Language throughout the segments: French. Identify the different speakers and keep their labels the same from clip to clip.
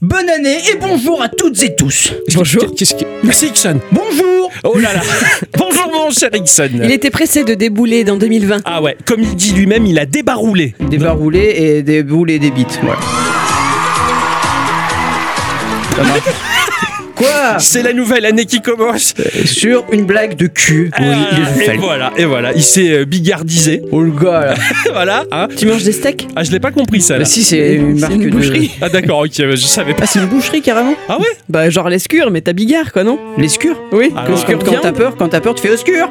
Speaker 1: bonne année et bonjour à toutes et tous.
Speaker 2: Bonjour. Merci Ixon.
Speaker 1: Bonjour.
Speaker 2: Oh là là. Bonjour mon cher Ixon.
Speaker 3: Il était pressé de débouler dans 2020.
Speaker 2: Ah ouais, comme il dit lui-même, il a débarroulé.
Speaker 1: Des barres roulées et des boules et des bites. Ouais. Ça marche. Quoi
Speaker 2: C'est la nouvelle année qui commence.
Speaker 1: Sur une blague de cul.
Speaker 3: euh,
Speaker 2: Ah,
Speaker 1: il est
Speaker 2: et
Speaker 1: fait.
Speaker 2: voilà, et voilà, il s'est euh, bigardisé.
Speaker 1: Oh le gars là.
Speaker 2: voilà. hein.
Speaker 3: Tu manges des steaks
Speaker 2: Ah, je l'ai pas compris ça.
Speaker 1: Bah
Speaker 2: Là.
Speaker 1: si c'est une
Speaker 3: C'est
Speaker 1: marque
Speaker 3: une
Speaker 1: de
Speaker 3: boucherie.
Speaker 2: Ah d'accord, ok, je savais pas.
Speaker 3: Ah, c'est une boucherie carrément
Speaker 2: Ah ouais
Speaker 3: Bah, genre l'escure, mais t'as bigard quoi, non
Speaker 1: L'escure.
Speaker 3: Oui,
Speaker 2: Alors,
Speaker 1: Quand,
Speaker 3: l'escure
Speaker 1: quand
Speaker 3: viande.
Speaker 1: t'as peur, quand t'as peur, tu fais obscur.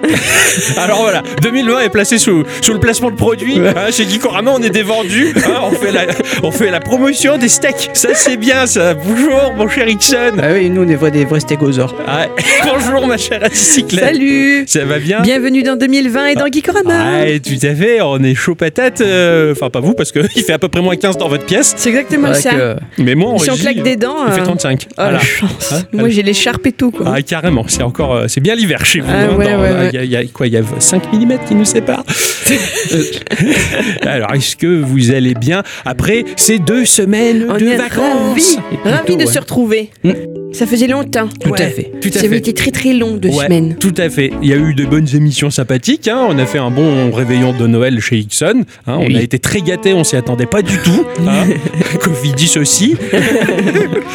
Speaker 2: Alors voilà, 2020 est placé sous, sous le placement de produits. hein, chez Gikorama, on est des vendus. hein, on, fait la, on fait la promotion des steaks. Ça, c'est bien, ça. Bonjour, mon cher Ixon.
Speaker 1: Ah oui, nous on est vrais, des vrais stégosaures.
Speaker 2: Ah, bonjour, ma chère Cyclette.
Speaker 3: Salut
Speaker 2: Ça va bien
Speaker 3: Bienvenue dans 2020 et dans Geekorama
Speaker 2: Ah, Ouais, tout à fait, on est chaud patate. euh, Enfin, pas vous, parce qu'il fait à peu près moins 15 dans votre pièce.
Speaker 3: C'est exactement
Speaker 1: Avec,
Speaker 3: ça.
Speaker 1: euh,
Speaker 2: Mais moi, on
Speaker 3: Si on claque des dents.
Speaker 2: Il fait
Speaker 3: euh,
Speaker 2: 35.
Speaker 3: Oh
Speaker 2: Voilà.
Speaker 3: la chance
Speaker 2: Hein,
Speaker 3: Moi
Speaker 2: allez.
Speaker 3: j'ai l'écharpe et tout quoi.
Speaker 2: Ah, carrément, c'est encore. euh, c'est bien l'hiver chez vous.
Speaker 3: Ah,
Speaker 2: hein,
Speaker 3: ouais,
Speaker 2: dans-
Speaker 3: ouais, ouais.
Speaker 2: Il y a- il y, a quoi Il y a 5 mm qui nous séparent. Euh, Alors, est-ce que vous allez bien après ces deux semaines
Speaker 3: On
Speaker 2: de
Speaker 3: est
Speaker 2: vacances
Speaker 3: ravis, ravis de
Speaker 1: ouais.
Speaker 3: se retrouver.
Speaker 1: Mm.
Speaker 3: Ça faisait longtemps.
Speaker 1: Tout
Speaker 2: Ouais,
Speaker 1: à fait.
Speaker 2: Tout à
Speaker 3: Ça avait
Speaker 2: fait.
Speaker 3: été très très long deux
Speaker 2: Ouais,
Speaker 3: semaines.
Speaker 2: Tout à fait. Il y a eu de bonnes émissions sympathiques. hein. On a fait un bon réveillon de Noël chez Ixon. hein. On
Speaker 1: Oui.
Speaker 2: a été très gâtés, on s'y attendait pas du tout. hein. Covid-10 aussi.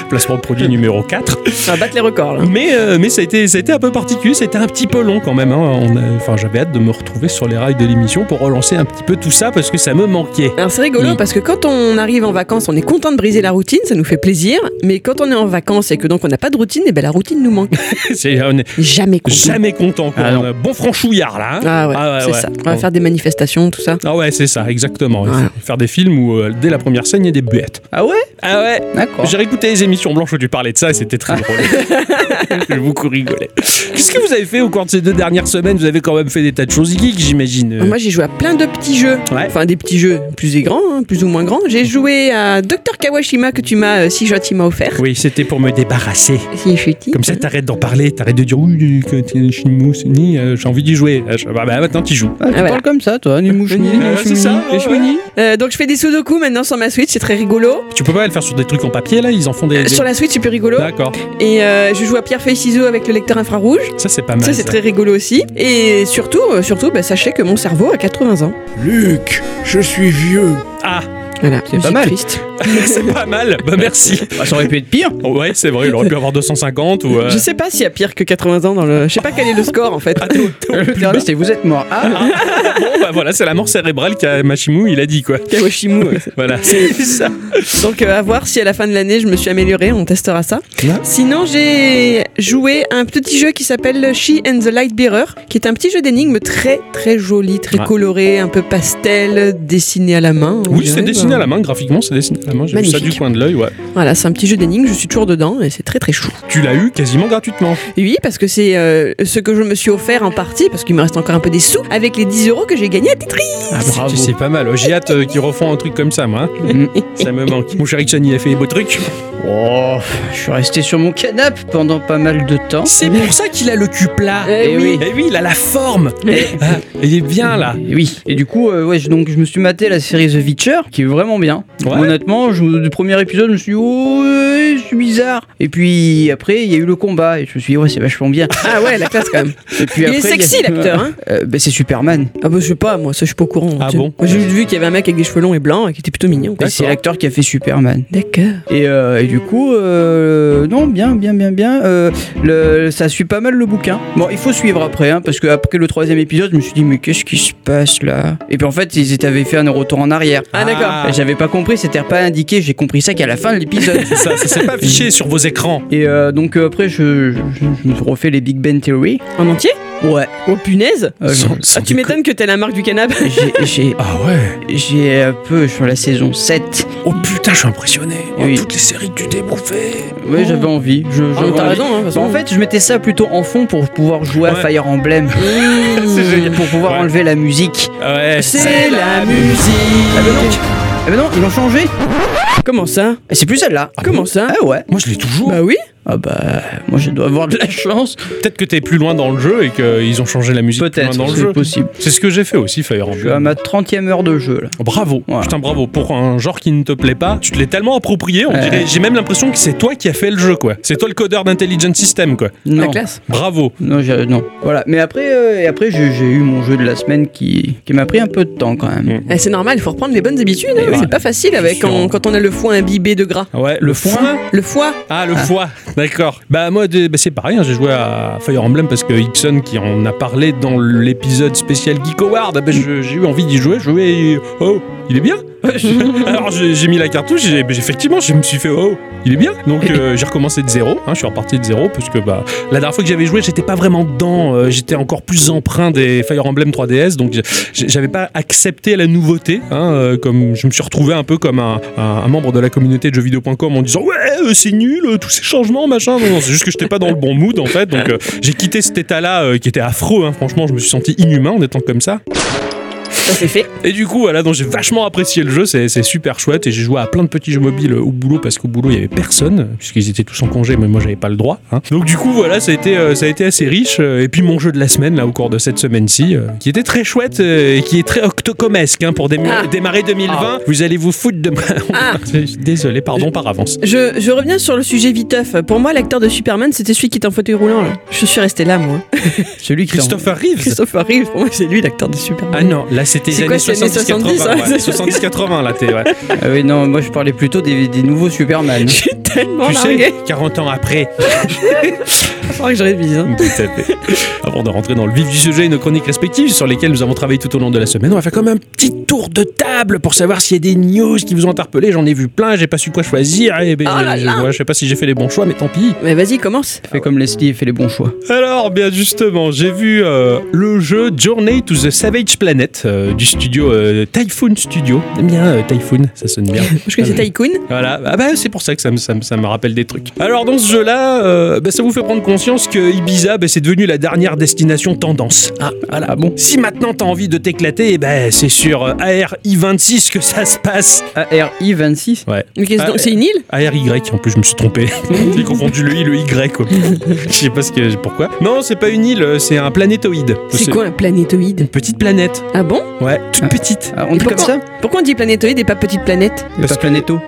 Speaker 2: Placement de produit numéro 4.
Speaker 3: Ça va battre les records là.
Speaker 2: Mais, euh, mais ça, a été, ça a été un peu particulier, c'était un petit peu long quand même. hein. On a- Enfin, j'avais hâte de me retrouver sur les rails de l'émission pour relancer un petit peu tout ça parce que ça me manquait.
Speaker 3: Alors c'est rigolo
Speaker 2: Oui.
Speaker 3: parce que quand on arrive en vacances, on est content de briser la routine, ça nous fait plaisir. Mais quand on est en vacances et que donc on n'a pas de routine, et ben la routine nous manque.
Speaker 2: C'est- on est
Speaker 3: Jamais content.
Speaker 2: jamais content. quoi.
Speaker 1: Ah non.
Speaker 2: On a un bon franchouillard là. hein.
Speaker 3: Ah ouais, c'est ça. On va faire des manifestations, tout ça.
Speaker 2: Ah ouais, c'est ça, exactement. Il faut
Speaker 3: Ouais.
Speaker 2: Faire des films où euh, dès la première scène, il y a des buettes.
Speaker 1: Ah ouais
Speaker 2: Ah ouais,
Speaker 3: Oh.
Speaker 1: D'accord.
Speaker 2: J'ai réécouté les émissions blanches où tu parlais de ça et c'était très drôle. J'ai beaucoup rigolé. Qu'est-ce que vous avez fait au cours de ces deux dernières semaines Vous avez quand même fait des tas de choses geeks, j'imagine. euh.
Speaker 3: Moi j'ai joué à plein de petits jeux.
Speaker 2: Ouais.
Speaker 3: Enfin des petits jeux plus et grands, hein, plus ou moins grands. J'ai joué à Dr Kawashima que tu m'as euh, si gentiment offert.
Speaker 2: Oui, c'était pour me débarrasser.
Speaker 3: Si je suis petite.
Speaker 2: Comme ça, t'arrêtes d'en parler, t'arrêtes de dire oui, que t'es une chinmousse, ni euh, j'ai envie d'y jouer. Ah, je- Bah, bah maintenant, t'y joues.
Speaker 1: Ah, tu
Speaker 3: Ah, voilà.
Speaker 1: parles comme ça, toi, ni mouche ni-
Speaker 2: Euh,
Speaker 1: ni
Speaker 2: c'est ça,
Speaker 1: chouini, ni
Speaker 2: ouais,
Speaker 1: chouini.
Speaker 3: Euh, donc je fais des sudoku maintenant sur ma Switch, c'est très rigolo.
Speaker 2: Tu peux pas le faire sur des trucs en papier là Ils en font des.
Speaker 3: Euh,
Speaker 2: des-
Speaker 3: Sur la Switch c'est plus rigolo.
Speaker 2: D'accord,
Speaker 3: Et euh, je joue à pierre feuille ciseaux avec le lecteur infrarouge.
Speaker 2: ça c'est pas mal.
Speaker 3: ça c'est très rigolo aussi. Et surtout, euh, surtout, bah, sachez que mon cerveau a 80 ans.
Speaker 4: Luc, je suis vieux.
Speaker 2: Ah,
Speaker 3: Voilà,
Speaker 1: C'est pas mal.
Speaker 3: Triste.
Speaker 2: c'est pas mal. Bah merci.
Speaker 1: Ah, ça aurait pu être pire.
Speaker 2: Ouais, c'est vrai. Il aurait pu avoir 250 ou. euh,
Speaker 3: Je sais pas s'il y a pire que 80 ans dans le. Je sais pas quel est le score en fait.
Speaker 2: Ah, t'es au- t'es au
Speaker 1: Le
Speaker 2: plus bas.
Speaker 1: dernier, c'était vous êtes mort. Ah,
Speaker 2: Bon, bah voilà, c'est la mort cérébrale qu'a Machimu, il a dit quoi.
Speaker 3: Kawashimu. ouais.
Speaker 2: Voilà, c'est ça.
Speaker 3: Donc euh, à voir si à la fin de l'année je me suis améliorée, on testera ça.
Speaker 2: Ouais.
Speaker 3: Sinon j'ai joué à un petit jeu qui s'appelle She and the Light Bearer, qui est un petit jeu d'énigmes très très joli, très
Speaker 2: Ouais.
Speaker 3: coloré, un peu pastel, dessiné à la main. on
Speaker 2: Oui, c'est
Speaker 3: dirait,
Speaker 2: dessiné
Speaker 3: bah.
Speaker 2: à la main, graphiquement, c'est dessiné à la main. J'ai vu ça
Speaker 3: Magnifique.
Speaker 2: du coin de l'œil, ouais.
Speaker 3: Voilà, c'est un petit jeu d'énigmes, je suis toujours dedans et c'est très très chou.
Speaker 2: Tu l'as eu quasiment gratuitement.
Speaker 3: Et oui, parce que c'est euh, ce que je me suis offert en partie, parce qu'il me reste encore un peu des sous, avec les 10 euros que j'ai gagnés à Tetris.
Speaker 2: Ah, bravo. C'est pas mal. J'ai hâte euh, qu'ils refont un truc comme ça, moi. hein.
Speaker 1: Mm.
Speaker 2: Ça me manque. Mon cher Ixon, il a fait des beaux trucs.
Speaker 1: Oh, je suis resté sur mon canapé pendant pas mal de temps.
Speaker 2: C'est pour ça qu'il a le cul plat.
Speaker 1: Eh oui.
Speaker 2: Eh oui, il a la forme. Ah, il est bien là.
Speaker 1: Et Oui. Et du coup, euh, ouais, je- donc je me suis maté la série The Witcher, qui est vraiment bien.
Speaker 2: Ouais.
Speaker 1: Honnêtement, je, du premier épisode, je me suis dit, oh, euh, c'est bizarre. Et puis après, il y a eu le combat, et je me suis dit, ouais, c'est vachement bien.
Speaker 3: Ah ouais, la classe quand même.
Speaker 1: Et puis
Speaker 3: Il
Speaker 1: après,
Speaker 3: est sexy
Speaker 1: il y a-
Speaker 3: l'acteur, hein
Speaker 1: Euh, bah, c'est Superman.
Speaker 3: Ah bah je sais pas, moi ça je suis pas au courant.
Speaker 2: Ah
Speaker 3: Tu-
Speaker 2: bon
Speaker 3: Moi, J'ai vu qu'il y avait un mec avec des cheveux longs et blancs et qui était plutôt mignon. quoi.
Speaker 1: Et c'est
Speaker 2: D'accord.
Speaker 1: l'acteur qui a fait Superman.
Speaker 3: D'accord.
Speaker 1: Et, euh, et du coup, euh, non, bien, bien, bien, bien. euh, le, ça suit pas mal le bouquin. Bon, il faut suivre après, hein, parce que après le troisième épisode, je me suis dit, mais qu'est-ce qui se passe là Et puis en fait, ils étaient- avaient fait un retour en arrière.
Speaker 3: Ah, d'accord.
Speaker 1: Et J'avais pas compris, c'était pas indiqué, j'ai compris ça qu'à la fin de l'épisode.
Speaker 2: C'est ça, ça s'est pas affiché sur vos écrans.
Speaker 1: Et euh, donc euh, après, je, je, je me suis refait les Big Ben Theory.
Speaker 3: En entier
Speaker 1: Ouais.
Speaker 3: Oh punaise
Speaker 1: Euh, je-
Speaker 2: Sans- sans
Speaker 3: Ah, tu
Speaker 2: déconner.
Speaker 3: m'étonnes que t'aies la marque du canapé.
Speaker 1: j'ai- J'ai
Speaker 2: Ah ouais.
Speaker 1: j'ai un peu sur la saison 7.
Speaker 2: Oh putain, je suis impressionné. Oh,
Speaker 1: Oui.
Speaker 2: Toutes les séries que tu t'es bouffées.
Speaker 1: Ouais,
Speaker 3: Oh.
Speaker 1: j'avais envie. Je,
Speaker 3: Ah,
Speaker 1: j'avais
Speaker 3: t'as
Speaker 1: envie.
Speaker 3: raison, hein, de toute
Speaker 1: Bah,
Speaker 3: façon.
Speaker 1: en fait, je mettais ça plutôt en fond pour pouvoir jouer
Speaker 2: Ouais.
Speaker 1: à Fire Emblem.
Speaker 2: C'est génial.
Speaker 1: pour pouvoir
Speaker 2: Ouais. Eh,
Speaker 1: enlever la musique.
Speaker 2: Ouais.
Speaker 3: C'est la musique.
Speaker 1: Ah ben non, ah ben non, ils l'ont changé.
Speaker 3: Comment ça
Speaker 1: Et Eh, C'est plus celle-là.
Speaker 3: Comment ça
Speaker 1: Ah ouais.
Speaker 2: Moi, je l'ai toujours.
Speaker 3: Bah oui
Speaker 1: Ah bah, moi je dois avoir de la chance.
Speaker 2: Peut-être que t'es plus loin dans le jeu et qu'ils ont changé la musique plus loin
Speaker 1: Peut-être,
Speaker 2: dans le
Speaker 1: c'est
Speaker 2: jeu.
Speaker 1: possible.
Speaker 2: C'est ce que j'ai fait aussi, Fire
Speaker 1: Je suis à
Speaker 2: Emblem.
Speaker 1: ma 30e heure de jeu là.
Speaker 2: Bravo,
Speaker 1: Ouais.
Speaker 2: putain bravo pour un genre qui ne te plaît pas. Tu te l'es tellement approprié, on
Speaker 1: Ouais.
Speaker 2: dirait. J'ai même l'impression que c'est toi qui as fait le jeu, quoi. C'est toi le codeur d'intelligent system, quoi.
Speaker 1: Non.
Speaker 5: La
Speaker 3: Bah,
Speaker 5: classe.
Speaker 2: Bravo.
Speaker 1: Non, j'ai- non. Voilà. Mais après, euh, et après j'ai j'ai eu mon jeu de la semaine qui, qui m'a pris un peu de temps quand même.
Speaker 2: Mm.
Speaker 3: Eh, c'est normal, il faut reprendre les bonnes habitudes. hein.
Speaker 1: Ouais.
Speaker 3: C'est pas facile avec quand, quand on a le foie imbibé de gras.
Speaker 2: Ouais, le, foin.
Speaker 3: Le foie,
Speaker 2: Ah, le foie, d'accord. Bah, moi, de- bah, c'est pareil, hein, j'ai joué à Fire Emblem parce que Ixon, qui en a parlé dans l'épisode spécial Geek Award, bah, je- j'ai eu envie d'y jouer. Je jouais. et- Oh, il est bien Alors, j'ai j'ai mis la cartouche, et bah, effectivement, je me suis fait Oh, il est bien Donc, euh, j'ai recommencé de zéro, hein, je suis reparti de zéro parce que bah, la dernière fois que j'avais joué, j'étais pas vraiment dedans, euh, j'étais encore plus empreint des Fire Emblem 3DS, donc j'ai- j'avais pas accepté la nouveauté. hein, euh, comme Je me suis retrouvé un peu comme un, un- un membre de la communauté de jeuxvideo.com en disant Ouais, euh, c'est nul, euh, tous ces changements, machin. Non, non, c'est juste que j'étais pas dans le bon mood en fait, donc euh, j'ai quitté cet état-là euh, qui était affreux, hein. franchement, je me suis senti inhumain en étant comme ça.
Speaker 3: ça c'est fait.
Speaker 2: Et du coup, voilà, donc j'ai vachement apprécié le jeu, c'est c'est super chouette. Et j'ai joué à plein de petits jeux mobiles au boulot parce qu'au boulot il y avait personne, puisqu'ils étaient tous en congé, mais moi j'avais pas le droit. hein. Donc du coup, voilà, ça a été, euh, ça a été assez riche. euh, Et puis mon jeu de la semaine, là, au cours de cette semaine-ci, euh, qui était très chouette euh, et qui est très octocomesque hein, pour dému-
Speaker 3: Ah.
Speaker 2: démarrer 2020. Vous allez vous foutre de ma.
Speaker 3: Ah.
Speaker 2: Désolé, pardon par avance.
Speaker 3: Je, je reviens sur le sujet viteuf. Pour moi, l'acteur de Superman, c'était celui qui était en fauteuil roulant. là. Je suis resté là, moi.
Speaker 1: Celui qui
Speaker 2: Christopher Reeves.
Speaker 3: Christopher Reeves, pour moi, c'est lui l'acteur de Superman.
Speaker 2: Ah non, là c'était les
Speaker 3: C'est
Speaker 2: années
Speaker 3: quoi, c'est années 70,
Speaker 2: 70-80.
Speaker 3: hein,
Speaker 2: ouais,
Speaker 3: c'est-
Speaker 2: 70-80, là, t'es. ouais.
Speaker 1: Ah oui, non, moi je parlais plutôt des, des nouveaux Superman.
Speaker 3: Je suis tellement
Speaker 2: Tu
Speaker 3: larguée.
Speaker 2: sais, 40 ans après.
Speaker 3: Il faudra que je révise. hein.
Speaker 2: Tout à fait. Avant de rentrer dans le vif du sujet et nos chroniques respectives sur lesquelles nous avons travaillé tout au long de la semaine, on va faire comme un petit tour de table pour savoir s'il y a des news qui vous ont interpellé. J'en ai vu plein, j'ai pas su quoi choisir. Et ben,
Speaker 3: Oh là
Speaker 2: je,
Speaker 3: là.
Speaker 2: ouais, je sais pas si j'ai fait les bons choix, mais tant pis.
Speaker 3: Mais vas-y, commence.
Speaker 1: Fais comme Leslie et fais les bons choix.
Speaker 2: Alors, bien justement, j'ai vu euh, le jeu Journey to the Savage Planet euh, du studio euh, Typhoon Studio. J'aime bien euh, Typhoon, ça sonne bien.
Speaker 3: Parce que c'est Tycoon.
Speaker 2: Voilà, ah bah, c'est pour ça que ça me, ça, me, ça me rappelle des trucs. Alors dans ce jeu-là, euh, bah, ça vous fait prendre conscience que Ibiza, bah, c'est devenu la dernière destination tendance. Ah, voilà.
Speaker 1: Ah bon
Speaker 2: Si maintenant t'as envie de t'éclater, eh ben c'est sur euh, ARI26 que ça se passe.
Speaker 1: ARI26
Speaker 2: Ouais.
Speaker 3: Mais qu'est-ce
Speaker 2: Ah,
Speaker 3: donc- c'est une île
Speaker 2: ARY, en plus je me suis trompé. J'ai confondu le I, le Y. quoi. Je sais pas ce que, pourquoi. Non, c'est pas une île, euh, c'est un planétoïde.
Speaker 3: C'est quoi un planétoïde
Speaker 2: Une petite planète.
Speaker 3: Ah bon
Speaker 2: Ouais, toute
Speaker 1: Ah.
Speaker 2: petite.
Speaker 1: Ah, On dit comme
Speaker 3: Pourquoi-
Speaker 1: ça
Speaker 3: Pourquoi on dit planétoïde et pas petite planète
Speaker 1: C'est
Speaker 2: Parce
Speaker 1: pas
Speaker 2: que-
Speaker 1: planéto.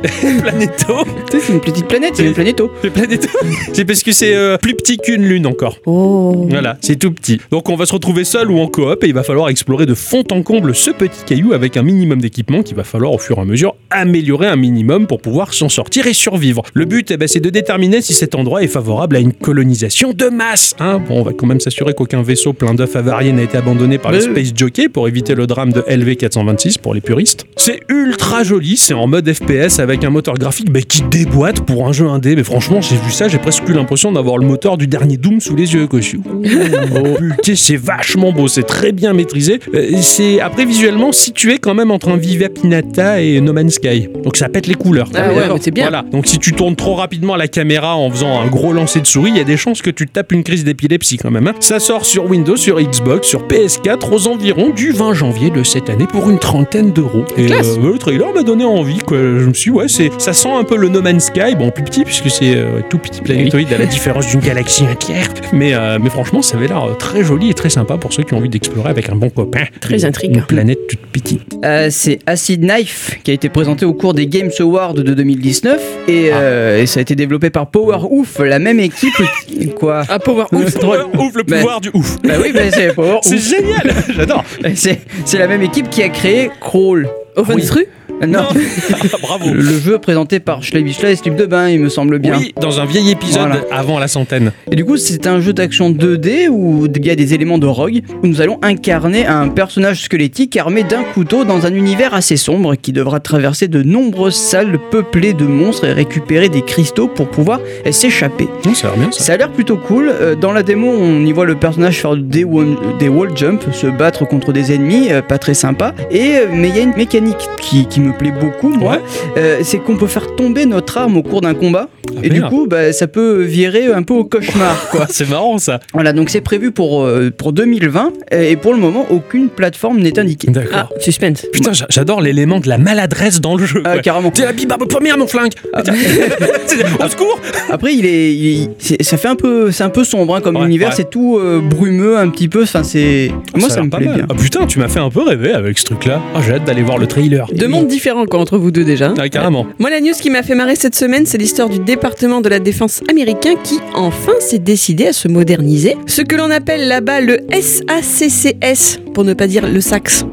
Speaker 2: Planéto.
Speaker 1: Tu sais, c'est une petite planète, c'est une planéto.
Speaker 2: C'est planéto. C'est parce que c'est euh, plus petit qu'une lune encore.
Speaker 3: Oh.
Speaker 2: Voilà, c'est tout petit. Donc on va se retrouver seul ou en coop et il va falloir explorer de fond en comble ce petit caillou avec un minimum d'équipement qu'il va falloir au fur et à mesure améliorer un minimum pour pouvoir s'en sortir et survivre. Le but, eh ben, c'est de déterminer si cet endroit est favorable à une colonisation de masse. hein. bon, on va quand même s'assurer qu'aucun vaisseau plein d'œufs avariés n'a été abandonné par les
Speaker 1: Mais-
Speaker 2: Space Jockey pour éviter le drame de LV426 pour les puristes. C'est ultra joli, c'est en mode FPS avec un moteur graphique bah, qui déboîte pour un jeu indé. Mais franchement, j'ai vu ça, j'ai presque eu l'impression d'avoir le moteur du dernier Doom sous les yeux. Quoi. Je suis, Oh, putain, c'est vachement beau, c'est très bien maîtrisé. Euh, c'est après visuellement situé quand même entre un Viva Pinata et No Man's Sky. Donc ça pète les couleurs.
Speaker 3: Ah ouais, mais c'est bien.
Speaker 2: Voilà. Donc si tu tournes trop rapidement la caméra en faisant un gros lancer de souris, il y a des chances que tu te tapes une crise d'épilepsie quand même. hein. Ça sort sur Windows, sur Xbox, sur PS4 aux environs du 20 janvier de cette année pour une trentaine d'euros. Et
Speaker 3: Classe.
Speaker 2: euh, le trailer m'a donné envie. Quoi. Je me suis dit, ouais, c'est ça sent un peu le No Man's Sky, bon plus petit puisque c'est euh, tout petit planétoïde à la différence d'une galaxie entière. Mais, euh, mais franchement, ça avait l'air euh, très joli et très sympa pour ceux qui ont envie d'explorer avec un bon copain.
Speaker 3: Très intriguant.
Speaker 2: Une planète toute petite.
Speaker 1: Euh, c'est Acid Knife qui a été présenté au cours des Games Awards de 2019 et, euh, et ça a été développé par Power Ouf, la même équipe. qui- Quoi
Speaker 3: Ah, Power
Speaker 1: Ouais.
Speaker 3: Ouf.
Speaker 1: C'est drôle.
Speaker 2: ouvre le
Speaker 1: Ben-
Speaker 2: pouvoir du ouf.
Speaker 1: Bah oui, mais c'est Power
Speaker 2: C'est
Speaker 1: Ouf.
Speaker 2: génial, j'adore.
Speaker 1: C'est c'est la même équipe qui a créé Crawl.
Speaker 3: Offenstru
Speaker 1: Euh, Non,
Speaker 2: Ah, bravo.
Speaker 1: le- le jeu présenté par Schlebischla et Slip de Bain, il me semble bien.
Speaker 2: Oui, dans un vieil épisode
Speaker 1: Voilà.
Speaker 2: avant la centaine.
Speaker 1: Et du coup, c'est un jeu d'action 2D où il y a des éléments de rogue où nous allons incarner un personnage squelettique armé d'un couteau dans un univers assez sombre qui devra traverser de nombreuses salles peuplées de monstres et récupérer des cristaux pour pouvoir euh, s'échapper.
Speaker 2: Non, ça a l'air bien ça.
Speaker 1: Ça a l'air plutôt cool. Euh, Dans la démo, on y voit le personnage faire des wall, des wall jumps, se battre contre des ennemis, euh, pas très sympa. Et euh, mais il y a une mécanique qui, qui me me plaît beaucoup, moi,
Speaker 2: Ouais.
Speaker 1: euh, c'est qu'on peut faire tomber notre arme au cours d'un combat. et du
Speaker 2: Ah, merde.
Speaker 1: coup, bah, ça peut virer un peu au cauchemar, quoi.
Speaker 2: Quoi, c'est marrant ça.
Speaker 1: Voilà, donc c'est prévu pour, euh, pour 2020. Et pour le moment, aucune plateforme n'est indiquée.
Speaker 2: D'accord.
Speaker 3: Ah, Suspense.
Speaker 2: Putain, j'a- j'adore l'élément de la maladresse dans le jeu.
Speaker 1: Ah,
Speaker 2: quoi.
Speaker 1: carrément.
Speaker 2: T'es la bibarbe, oh, merde, mon flingue Au secours
Speaker 1: Après, il est, il- c'est- ça fait un peu, c'est un peu sombre hein, comme
Speaker 2: Ouais,
Speaker 1: univers.
Speaker 2: ouais.
Speaker 1: C'est tout euh, brumeux un petit peu. Enfin, c'est moi ça,
Speaker 2: a l'air
Speaker 1: me
Speaker 2: pas
Speaker 1: plaît
Speaker 2: mal.
Speaker 1: bien.
Speaker 2: Ah putain, tu m'as fait un peu rêver avec ce truc-là. Ah, j'ai hâte d'aller voir le trailer.
Speaker 3: Deux mondes différents, quoi, entre vous deux déjà.
Speaker 2: Ah, carrément.
Speaker 3: Moi, la news qui m'a fait marrer cette semaine, c'est l'histoire du département de la défense américain qui, enfin, s'est décidé à se moderniser. Ce que l'on appelle là-bas le SACCS, pour ne pas dire le SACS.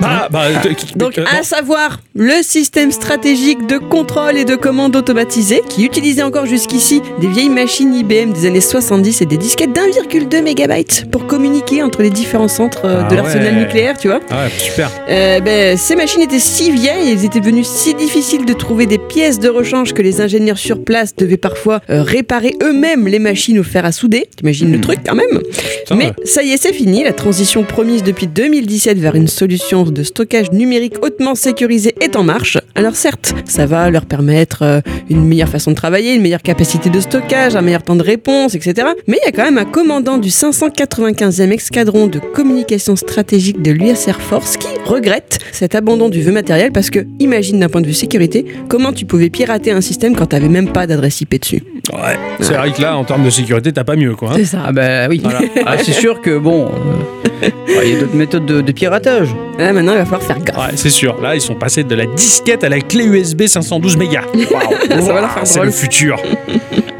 Speaker 2: Bah, bah, t-
Speaker 3: Donc,
Speaker 2: euh,
Speaker 3: à savoir le système stratégique de contrôle et de commande automatisé qui utilisait encore jusqu'ici des vieilles machines IBM des années 70 et des disquettes d'1,2 MB pour communiquer entre les différents centres euh,
Speaker 2: Ah
Speaker 3: de l'arsenal
Speaker 2: ouais.
Speaker 3: nucléaire, tu vois.
Speaker 2: ah, super.
Speaker 3: Euh, ben, ces machines étaient si vieilles, elles étaient devenues si difficiles de trouver des pièces de rechange que les ingénieurs sur place devaient parfois euh, réparer eux-mêmes les machines au fer à souder. T'imagines le truc quand même
Speaker 2: Putain,
Speaker 3: mais
Speaker 2: ouais.
Speaker 3: ça y est, c'est fini. La transition promise depuis 2017 vers une solution de stockage numérique hautement sécurisée est en marche. Alors certes, ça va leur permettre euh, une meilleure façon de travailler, une meilleure capacité de stockage, un meilleur temps de réponse, etc. Mais il y a quand même un commandant du 595e escadron de communication stratégique de l'US Air Force qui regrette cet abandon du vœu matériel parce que, imagine d'un point de vue sécurité, comment tu pouvais pirater un système quand t'avais même pas d'adresse IP dessus.
Speaker 2: Ouais. C'est vrai que là, en termes de sécurité, t'as pas mieux, quoi. hein.
Speaker 3: ça.
Speaker 1: Ah bah oui. Ah, c'est sûr que bon, euh, il y a d'autres méthodes de, de piratage.
Speaker 3: Là, maintenant, il va falloir faire gaffe.
Speaker 2: Ouais, c'est sûr. Là, ils sont passés de la disquette à la clé USB 512 mégas.
Speaker 3: va leur faire
Speaker 2: C'est
Speaker 3: drôle.
Speaker 2: le futur.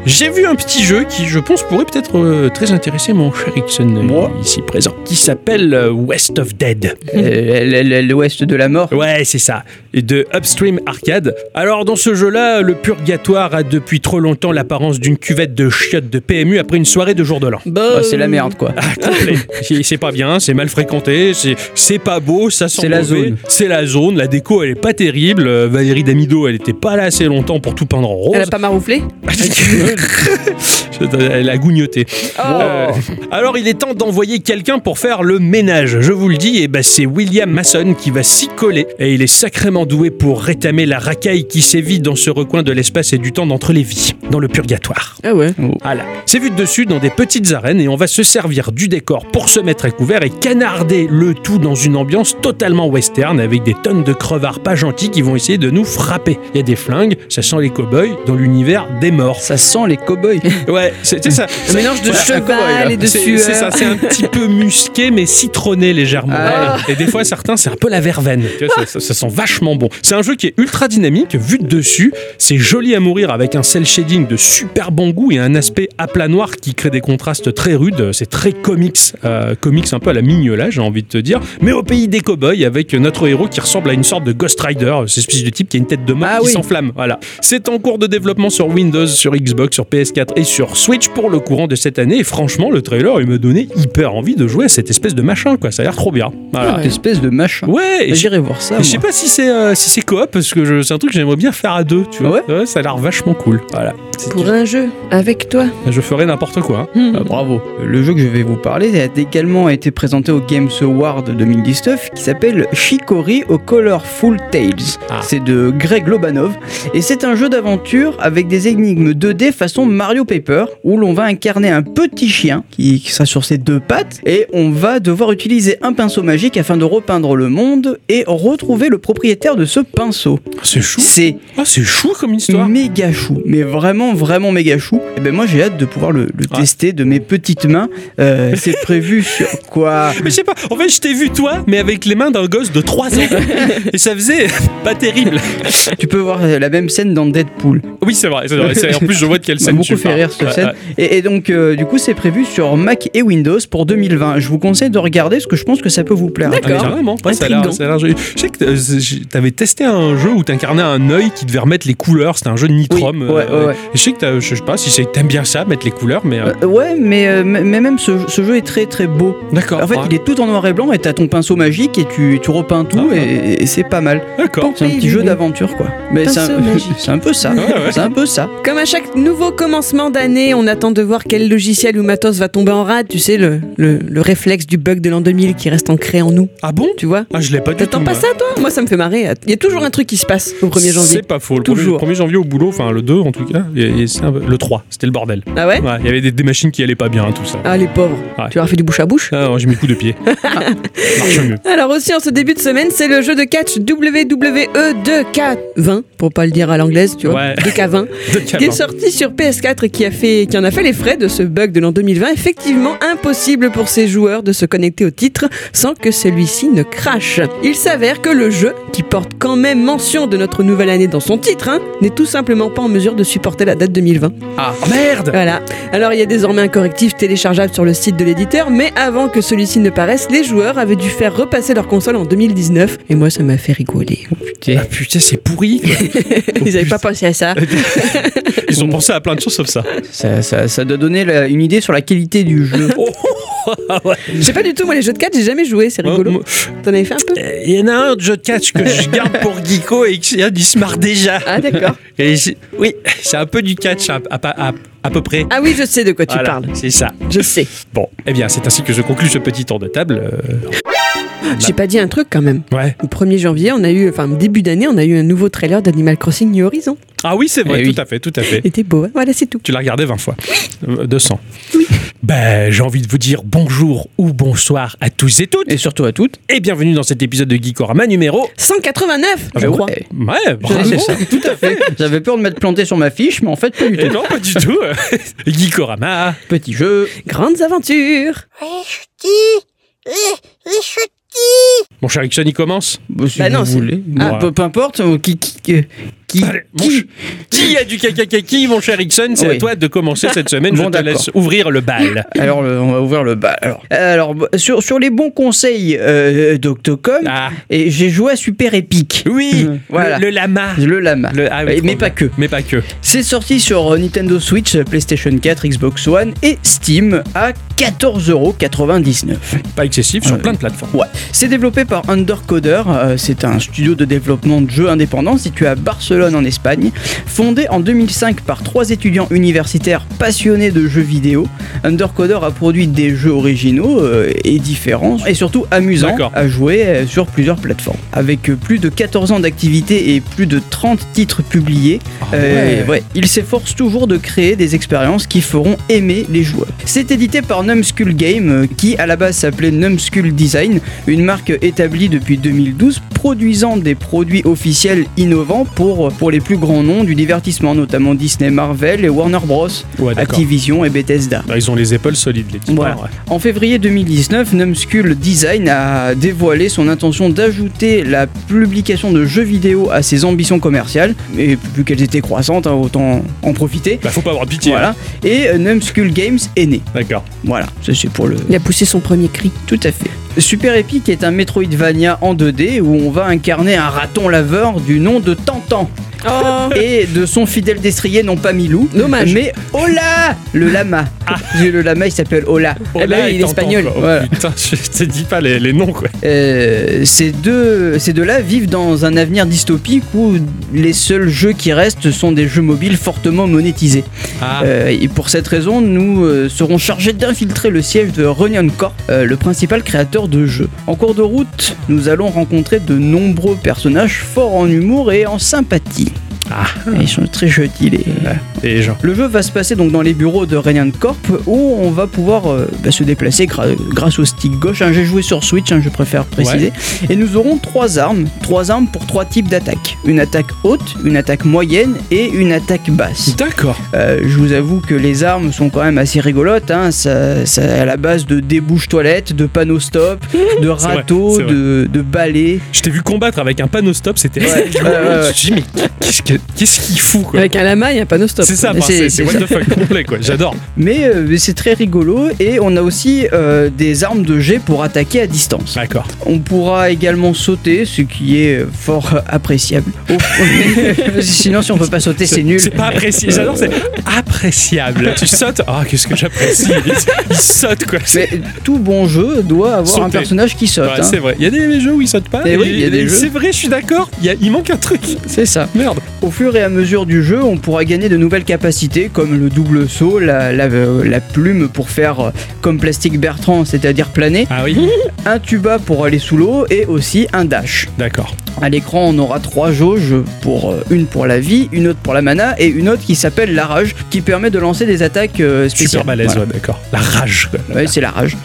Speaker 2: J'ai vu un petit jeu qui, je pense, pourrait peut-être euh, très intéresser mon cher Ixon, euh,
Speaker 1: Moi
Speaker 2: ici présent, qui s'appelle euh, West of Dead.
Speaker 1: Euh, l- l- L'Ouest de la mort.
Speaker 2: Ouais, c'est ça. Et de Upstream Arcade. Alors, dans ce jeu-là, le purgatoire a depuis trop longtemps l'apparence d'une cuvette de chiottes de PMU après une soirée de jour de l'an.
Speaker 1: Ah, c'est la merde quoi.
Speaker 2: C'est- c'est pas bien, c'est mal fréquenté, c'est- c'est pas beau, ça sent
Speaker 1: C'est la
Speaker 2: mauvais.
Speaker 1: zone.
Speaker 2: C'est la zone, la déco elle est pas terrible. euh, Valérie Damido, elle était pas là assez longtemps pour tout peindre en rose.
Speaker 3: Elle a pas marouflé
Speaker 2: Elle a gougnoté.
Speaker 3: Oh.
Speaker 2: Euh, alors il est temps d'envoyer quelqu'un pour faire le ménage. Je vous le dis, et ben c'est William Mason qui va s'y coller. Et il est sacrément doué pour rétamer la racaille qui sévit dans ce recoin de l'espace et du temps d'entre les vies, dans le purgatoire.
Speaker 3: Ah ouais.
Speaker 2: Voilà. C'est vu de dessus dans des petites arènes et on va se servir du décor pour se mettre à couvert et canarder le tout dans une ambiance totalement western avec des tonnes de crevards pas gentils qui vont essayer de nous frapper. Il y a des flingues, ça sent les cow-boys dans l'univers des morts.
Speaker 1: Ça sent les cow-boys.
Speaker 2: Ouais, c'était ça.
Speaker 3: Un mélange de
Speaker 2: Voilà.
Speaker 3: cheval et de
Speaker 2: C'est
Speaker 3: sueur.
Speaker 2: c'est ça,
Speaker 1: hein.
Speaker 2: c'est un petit peu musqué mais citronné légèrement.
Speaker 1: Ah.
Speaker 2: Et des fois certains c'est un peu la verveine. Tu vois, ça, ça- ça sent vachement bon. C'est un jeu qui est ultra dynamique, vu de dessus, c'est joli à mourir avec un cel shading de super bon goût et un aspect à plat noir qui crée des contrastes très rudes. C'est très comics, euh, comics un peu à la mignola j'ai envie de te dire, mais au pays des cowboys avec notre héros qui ressemble à une sorte de Ghost Rider, cette espèce de type qui a une tête de mort
Speaker 1: Ah
Speaker 2: qui
Speaker 1: oui.
Speaker 2: s'enflamme. Voilà. C'est en cours de développement sur Windows, sur Xbox, sur PS4 et sur Switch pour le courant de cette année. Et franchement, le trailer, il me donnait hyper envie de jouer à cette espèce de machin, quoi. Ça a l'air trop bien. Voilà.
Speaker 1: Cette espèce de machin.
Speaker 2: Ouais, et
Speaker 1: J'irai voir ça.
Speaker 2: et Je sais
Speaker 1: moi.
Speaker 2: pas si c'est euh, si c'est coop parce que je- c'est un truc que j'aimerais bien faire à deux, tu vois.
Speaker 1: Ah Ouais.
Speaker 2: ça a l'air vachement cool. Voilà. C'est-
Speaker 3: Pour un jeu avec toi.
Speaker 2: Je ferais n'importe quoi. hein.
Speaker 3: Hmm.
Speaker 1: Ah, bravo. Le jeu que je vais vous parler a également été présenté au Games Award 2019 qui s'appelle Shikori au Colorful Tales.
Speaker 2: Ah.
Speaker 1: C'est de Greg Lobanov et c'est un jeu d'aventure avec des énigmes 2D façon Mario Paper où l'on va incarner un petit chien qui, qui sera sur ses deux pattes et on va devoir utiliser un pinceau magique afin de repeindre le monde et retrouver le propriétaire de ce pinceau.
Speaker 2: Ah, C'est chou.
Speaker 1: C'est
Speaker 2: Ah, c'est chou comme histoire.
Speaker 1: Méga chou, mais vraiment, vraiment méga chou. Et ben moi, j'ai hâte de pouvoir le, le
Speaker 2: Ah.
Speaker 1: tester de mes petites mains. Euh, c'est prévu sur quoi
Speaker 2: Ah, Mais je sais pas, en fait je t'ai vu toi, mais avec les mains d'un gosse de 3 ans. Et ça faisait pas terrible.
Speaker 1: Tu peux voir euh, la même scène dans Deadpool.
Speaker 2: Oui c'est vrai, c'est vrai. C'est- En plus je vois de quelle
Speaker 1: Ça
Speaker 2: scène
Speaker 1: m'a
Speaker 2: tu
Speaker 1: beaucoup fait
Speaker 2: parles.
Speaker 1: rire cette
Speaker 2: Ouais,
Speaker 1: scène.
Speaker 2: ouais.
Speaker 1: Et, et donc, euh, du coup, c'est prévu sur Mac et Windows pour 2020. Je vous conseille de regarder parce que je pense que ça peut vous plaire.
Speaker 2: Ah, mais carrément. Ouais, ça a l'air-
Speaker 3: Intriguant.
Speaker 2: ça a l'air joli. Je sais que euh, j'ai- t'avais testé un jeu où t'incarnais un œil qui devait remettre les couleurs. C'était un jeu de Nitrom.
Speaker 1: Oui, ouais,
Speaker 2: euh,
Speaker 1: ouais, ouais.
Speaker 2: Je sais que t'as- je sais pas si c'est- t'aimes bien ça, mettre les couleurs, mais. euh,
Speaker 1: Euh, ouais, mais, euh, mais mais même ce, ce jeu est très très beau.
Speaker 2: D'accord.
Speaker 1: En fait,
Speaker 2: Ah, ouais.
Speaker 1: il est tout en noir et blanc et t'as ton pinceau magique et tu, tu repeins tout
Speaker 2: Ah.
Speaker 1: et, et c'est pas mal.
Speaker 2: D'accord.
Speaker 1: C'est un petit jeu d'aventure quoi. Mais c'est un,
Speaker 3: Pinceau magique.
Speaker 1: c'est un peu ça.
Speaker 2: Ouais, ouais.
Speaker 1: C'est un peu ça.
Speaker 3: Comme à chaque nou- nouveau commencement d'année, on attend de voir quel logiciel ou matos va tomber en rade. Tu sais, le, le, le réflexe du bug de l'an 2000 qui reste ancré en nous,
Speaker 2: Ah bon
Speaker 3: tu vois
Speaker 2: Ah, je l'ai pas du tout.
Speaker 3: T'attends pas
Speaker 2: moi.
Speaker 3: ça, toi Moi, ça me fait marrer. Il y a toujours un truc qui se passe au 1er janvier.
Speaker 2: C'est pas faux. Le
Speaker 3: Toujours.
Speaker 2: 1er janvier au boulot, enfin le 2 en tout cas, et- et c'est un peu- le 3, c'était le bordel.
Speaker 3: Ah ouais
Speaker 2: Ouais, Il y avait des, des machines qui allaient pas bien, hein, tout ça.
Speaker 3: Ah, les pauvres.
Speaker 2: Ouais.
Speaker 3: Tu leur as fait du bouche à bouche
Speaker 2: Ah, non, j'ai mis le coup de pied. Marche mieux.
Speaker 3: Alors aussi en ce début de semaine, c'est le jeu de catch E WWE 2K20 pour pas le dire à l'anglaise, tu vois,
Speaker 2: Ouais.
Speaker 3: 2K20,
Speaker 2: De
Speaker 3: qui est
Speaker 2: cabin.
Speaker 3: sorti sur PS4 et qui a fait qui en a fait les frais de ce bug de l'an 2020. Effectivement, impossible pour ces joueurs de se connecter au titre sans que celui-ci ne crache. Il s'avère que le jeu, qui porte quand même mention de notre nouvelle année dans son titre, hein, n'est tout simplement pas en mesure de supporter la date 2020.
Speaker 2: Ah merde
Speaker 3: Voilà. Alors il y a désormais un correctif téléchargeable sur le site de l'éditeur, mais avant que celui-ci ne paraisse, les joueurs avaient dû faire repasser leur console en 2019. Et moi, ça m'a fait rigoler.
Speaker 2: Ah putain, c'est pourri quoi.
Speaker 3: Ils n'avaient pas pensé à ça.
Speaker 2: Ils ont pensé à plein de choses sauf ça.
Speaker 1: Ça, ça, ça doit donner la- une idée sur la qualité du jeu.
Speaker 3: Je sais pas du tout, moi les jeux de cartes, j'ai jamais joué, c'est
Speaker 2: Oh,
Speaker 3: rigolo. T'en avais fait un peu
Speaker 2: Euh, Il y en a un de jeu de catch que je garde pour Geeko et qui il se marre déjà.
Speaker 3: Ah d'accord.
Speaker 2: Et j'ai- oui, c'est un peu du catch à, à- à- à peu près.
Speaker 3: Ah oui, je sais de quoi tu
Speaker 2: Voilà,
Speaker 3: parles.
Speaker 2: C'est ça.
Speaker 3: Je sais.
Speaker 2: Bon, eh bien, c'est ainsi que je conclue ce petit tour de table. Euh,
Speaker 3: J'ai pas dit un truc quand même.
Speaker 2: ouais.
Speaker 3: Le 1er janvier, on a eu, enfin début d'année, on a eu un nouveau trailer d'Animal Crossing New Horizon.
Speaker 2: Ah oui, c'est vrai,
Speaker 1: Eh
Speaker 2: tout
Speaker 1: oui.
Speaker 2: à fait, tout à fait.
Speaker 3: C'était beau, hein voilà, c'est tout.
Speaker 2: Tu l'as regardé 20 fois. Euh, 200. Ben, j'ai envie de vous dire bonjour ou bonsoir à tous et toutes.
Speaker 1: Et surtout à toutes.
Speaker 2: Et bienvenue dans cet épisode de Geekorama numéro.
Speaker 3: 189, je
Speaker 2: Ah,
Speaker 3: crois.
Speaker 1: ouais.
Speaker 2: Ouais, bravo.
Speaker 1: C'est ça, tout à fait. J'avais peur de m'être planté sur ma fiche, mais en fait, pas du
Speaker 2: Et
Speaker 1: tout.
Speaker 2: Eh non, pas du tout. Geekorama.
Speaker 1: Petit jeu.
Speaker 3: Grandes aventures.
Speaker 2: Mon cher Ixon, il commence.
Speaker 1: Bah, si
Speaker 3: Bah non,
Speaker 1: vous
Speaker 3: c'est-
Speaker 1: voulez.
Speaker 2: Ah.
Speaker 1: Bon, peu, peu importe. euh, Qui, qui, qui, qui-
Speaker 2: Allez, mon
Speaker 1: qui-
Speaker 2: Qui a du kakakaki, mon cher Ixon C'est à
Speaker 1: Oui.
Speaker 2: toi de commencer cette semaine.
Speaker 1: Bon,
Speaker 2: je te
Speaker 1: d'accord.
Speaker 2: laisse ouvrir le bal.
Speaker 1: Alors, le- on va ouvrir le bal. Alors, alors, bah, sur, sur les bons conseils euh, d'Octocom,
Speaker 2: Ah,
Speaker 1: et j'ai joué à Super Epic.
Speaker 2: oui,
Speaker 1: Mmh, voilà.
Speaker 2: le, le lama.
Speaker 1: Le lama.
Speaker 2: Le- ah oui,
Speaker 1: Et-
Speaker 2: trop
Speaker 1: mais
Speaker 2: bien.
Speaker 1: pas que.
Speaker 2: Mais pas que.
Speaker 1: C'est sorti sur euh, Nintendo Switch, PlayStation 4, Xbox One et Steam à 14,99€.
Speaker 2: Pas excessif sur
Speaker 1: Euh,
Speaker 2: plein de plateformes.
Speaker 1: Ouais. C'est développé par Undercoder, euh, c'est un studio de développement de jeux indépendants situé à Barcelone en Espagne. Fondé en 2005 par trois étudiants universitaires passionnés de jeux vidéo, Undercoder a produit des jeux originaux euh, et différents, et surtout amusants
Speaker 2: D'accord.
Speaker 1: à jouer euh, sur plusieurs plateformes. Avec euh, plus de 14 ans d'activité et plus de 30 titres publiés,
Speaker 2: Ah,
Speaker 1: euh, ouais, il s'efforce toujours de créer des expériences qui feront aimer les joueurs. C'est édité par Numskull Game, euh, qui à la base s'appelait Numskull Design, une marque établie depuis 2012, produisant des produits officiels innovants pour, pour les plus grands noms du divertissement, notamment Disney, Marvel et Warner Bros,
Speaker 2: Ouais, d'accord.
Speaker 1: Activision et Bethesda.
Speaker 2: Bah, ils ont les épaules solides, les petits.
Speaker 1: Voilà.
Speaker 2: frères, ouais.
Speaker 1: En février 2019, Numskull Design a dévoilé son intention d'ajouter la publication de jeux vidéo à ses ambitions commerciales, et vu qu'elles étaient croissantes, hein, autant en profiter.
Speaker 2: Bah, faut pas avoir pitié. hein.
Speaker 1: Voilà. Et euh, Numskull Games est né.
Speaker 2: D'accord.
Speaker 1: Voilà, ça c'est pour le.
Speaker 3: Il a poussé son premier cri.
Speaker 1: Tout à fait. Super Epic est un Metroidvania en 2D où on va incarner un raton laveur du nom de Tantan
Speaker 3: Oh,
Speaker 1: et de son fidèle destrier, non pas Milou,
Speaker 3: dommage.
Speaker 1: mais Ola, le lama. Le lama il s'appelle Ola. Eh ben,
Speaker 2: Oh là,
Speaker 3: bah oui, il est
Speaker 2: t'entends,
Speaker 3: espagnol.
Speaker 2: quoi. Oh,
Speaker 1: Voilà.
Speaker 2: Putain, je te dis pas les, les noms, quoi.
Speaker 1: Euh, ces deux, ces deux-là vivent dans un avenir dystopique où les seuls jeux qui restent sont des jeux mobiles fortement monétisés.
Speaker 2: Ah,
Speaker 1: Euh, et pour cette raison, nous euh, serons chargés d'infiltrer le siège de Runyon Corp, euh, le principal créateur de jeux. En cours de route, nous allons rencontrer de nombreux personnages forts en humour et en sympathie.
Speaker 2: Ah.
Speaker 1: Ils sont très gentils les,
Speaker 2: et les gens.
Speaker 1: le jeu va se passer donc dans les bureaux de Radiant Corp où on va pouvoir euh, bah, se déplacer gra- grâce au stick gauche. Hein, J'ai joué sur Switch, hein, je préfère préciser. Et nous aurons trois armes, trois armes pour trois types d'attaques. Une attaque haute, une attaque moyenne et une attaque basse.
Speaker 2: D'accord.
Speaker 1: Euh, je vous avoue que les armes sont quand même assez rigolotes. Hein, ça, ça à la base de débouche toilette, de panneau stop, de
Speaker 2: C'est vrai,
Speaker 1: râteau,
Speaker 2: c'est vrai.
Speaker 1: de, de balai.
Speaker 2: Je t'ai vu combattre avec un panneau stop, c'était.
Speaker 1: Ouais,
Speaker 2: Je
Speaker 1: ouais,
Speaker 2: me suis dit, mais qu'est-ce que- qu'est-ce qu'il fout, quoi
Speaker 3: Avec un lama, il n'y a pas no stop.
Speaker 2: C'est ça,
Speaker 1: Mais
Speaker 2: enfin,
Speaker 1: c'est-
Speaker 2: c'est c'est
Speaker 1: c'est
Speaker 2: what
Speaker 1: ça.
Speaker 2: the fuck complet, quoi. J'adore.
Speaker 1: Mais euh, c'est très rigolo et on a aussi euh, des armes de jet pour attaquer à distance.
Speaker 2: D'accord.
Speaker 1: On pourra également sauter, ce qui est fort appréciable. Oh. Sinon, si on peut pas sauter, c'est nul.
Speaker 2: C'est pas apprécié. J'adore, c'est appréciable. Tu sautes. Ah, qu'est-ce que j'apprécie. Il, il saute, quoi. C'est-
Speaker 1: Mais tout bon jeu doit avoir un
Speaker 2: Sauter.
Speaker 1: personnage qui saute.
Speaker 2: Ouais,
Speaker 1: hein.
Speaker 2: c'est vrai. Il y a des jeux où il saute pas.
Speaker 1: Eh oui,
Speaker 2: et-
Speaker 1: il y a des
Speaker 2: et
Speaker 1: jeux.
Speaker 2: C'est vrai, je suis d'accord. Il, y a- il manque un truc.
Speaker 1: C'est ça.
Speaker 2: Merde.
Speaker 1: Au fur et à mesure du jeu, on pourra gagner de nouvelles capacités comme le double saut, la, la- euh, la plume pour faire euh, comme Plastic Bertrand, c'est-à-dire planer,
Speaker 2: Ah oui,
Speaker 1: un tuba pour aller sous l'eau et aussi un dash.
Speaker 2: d'accord.
Speaker 1: À l'écran, on aura trois jauges, pour, euh, une pour la vie, une autre pour la mana et une autre qui s'appelle la rage, qui permet de lancer des attaques euh, spéciales.
Speaker 2: Super balèze,
Speaker 1: Voilà.
Speaker 2: ouais, d'accord. La rage. quoi.
Speaker 1: Ouais, c'est la rage.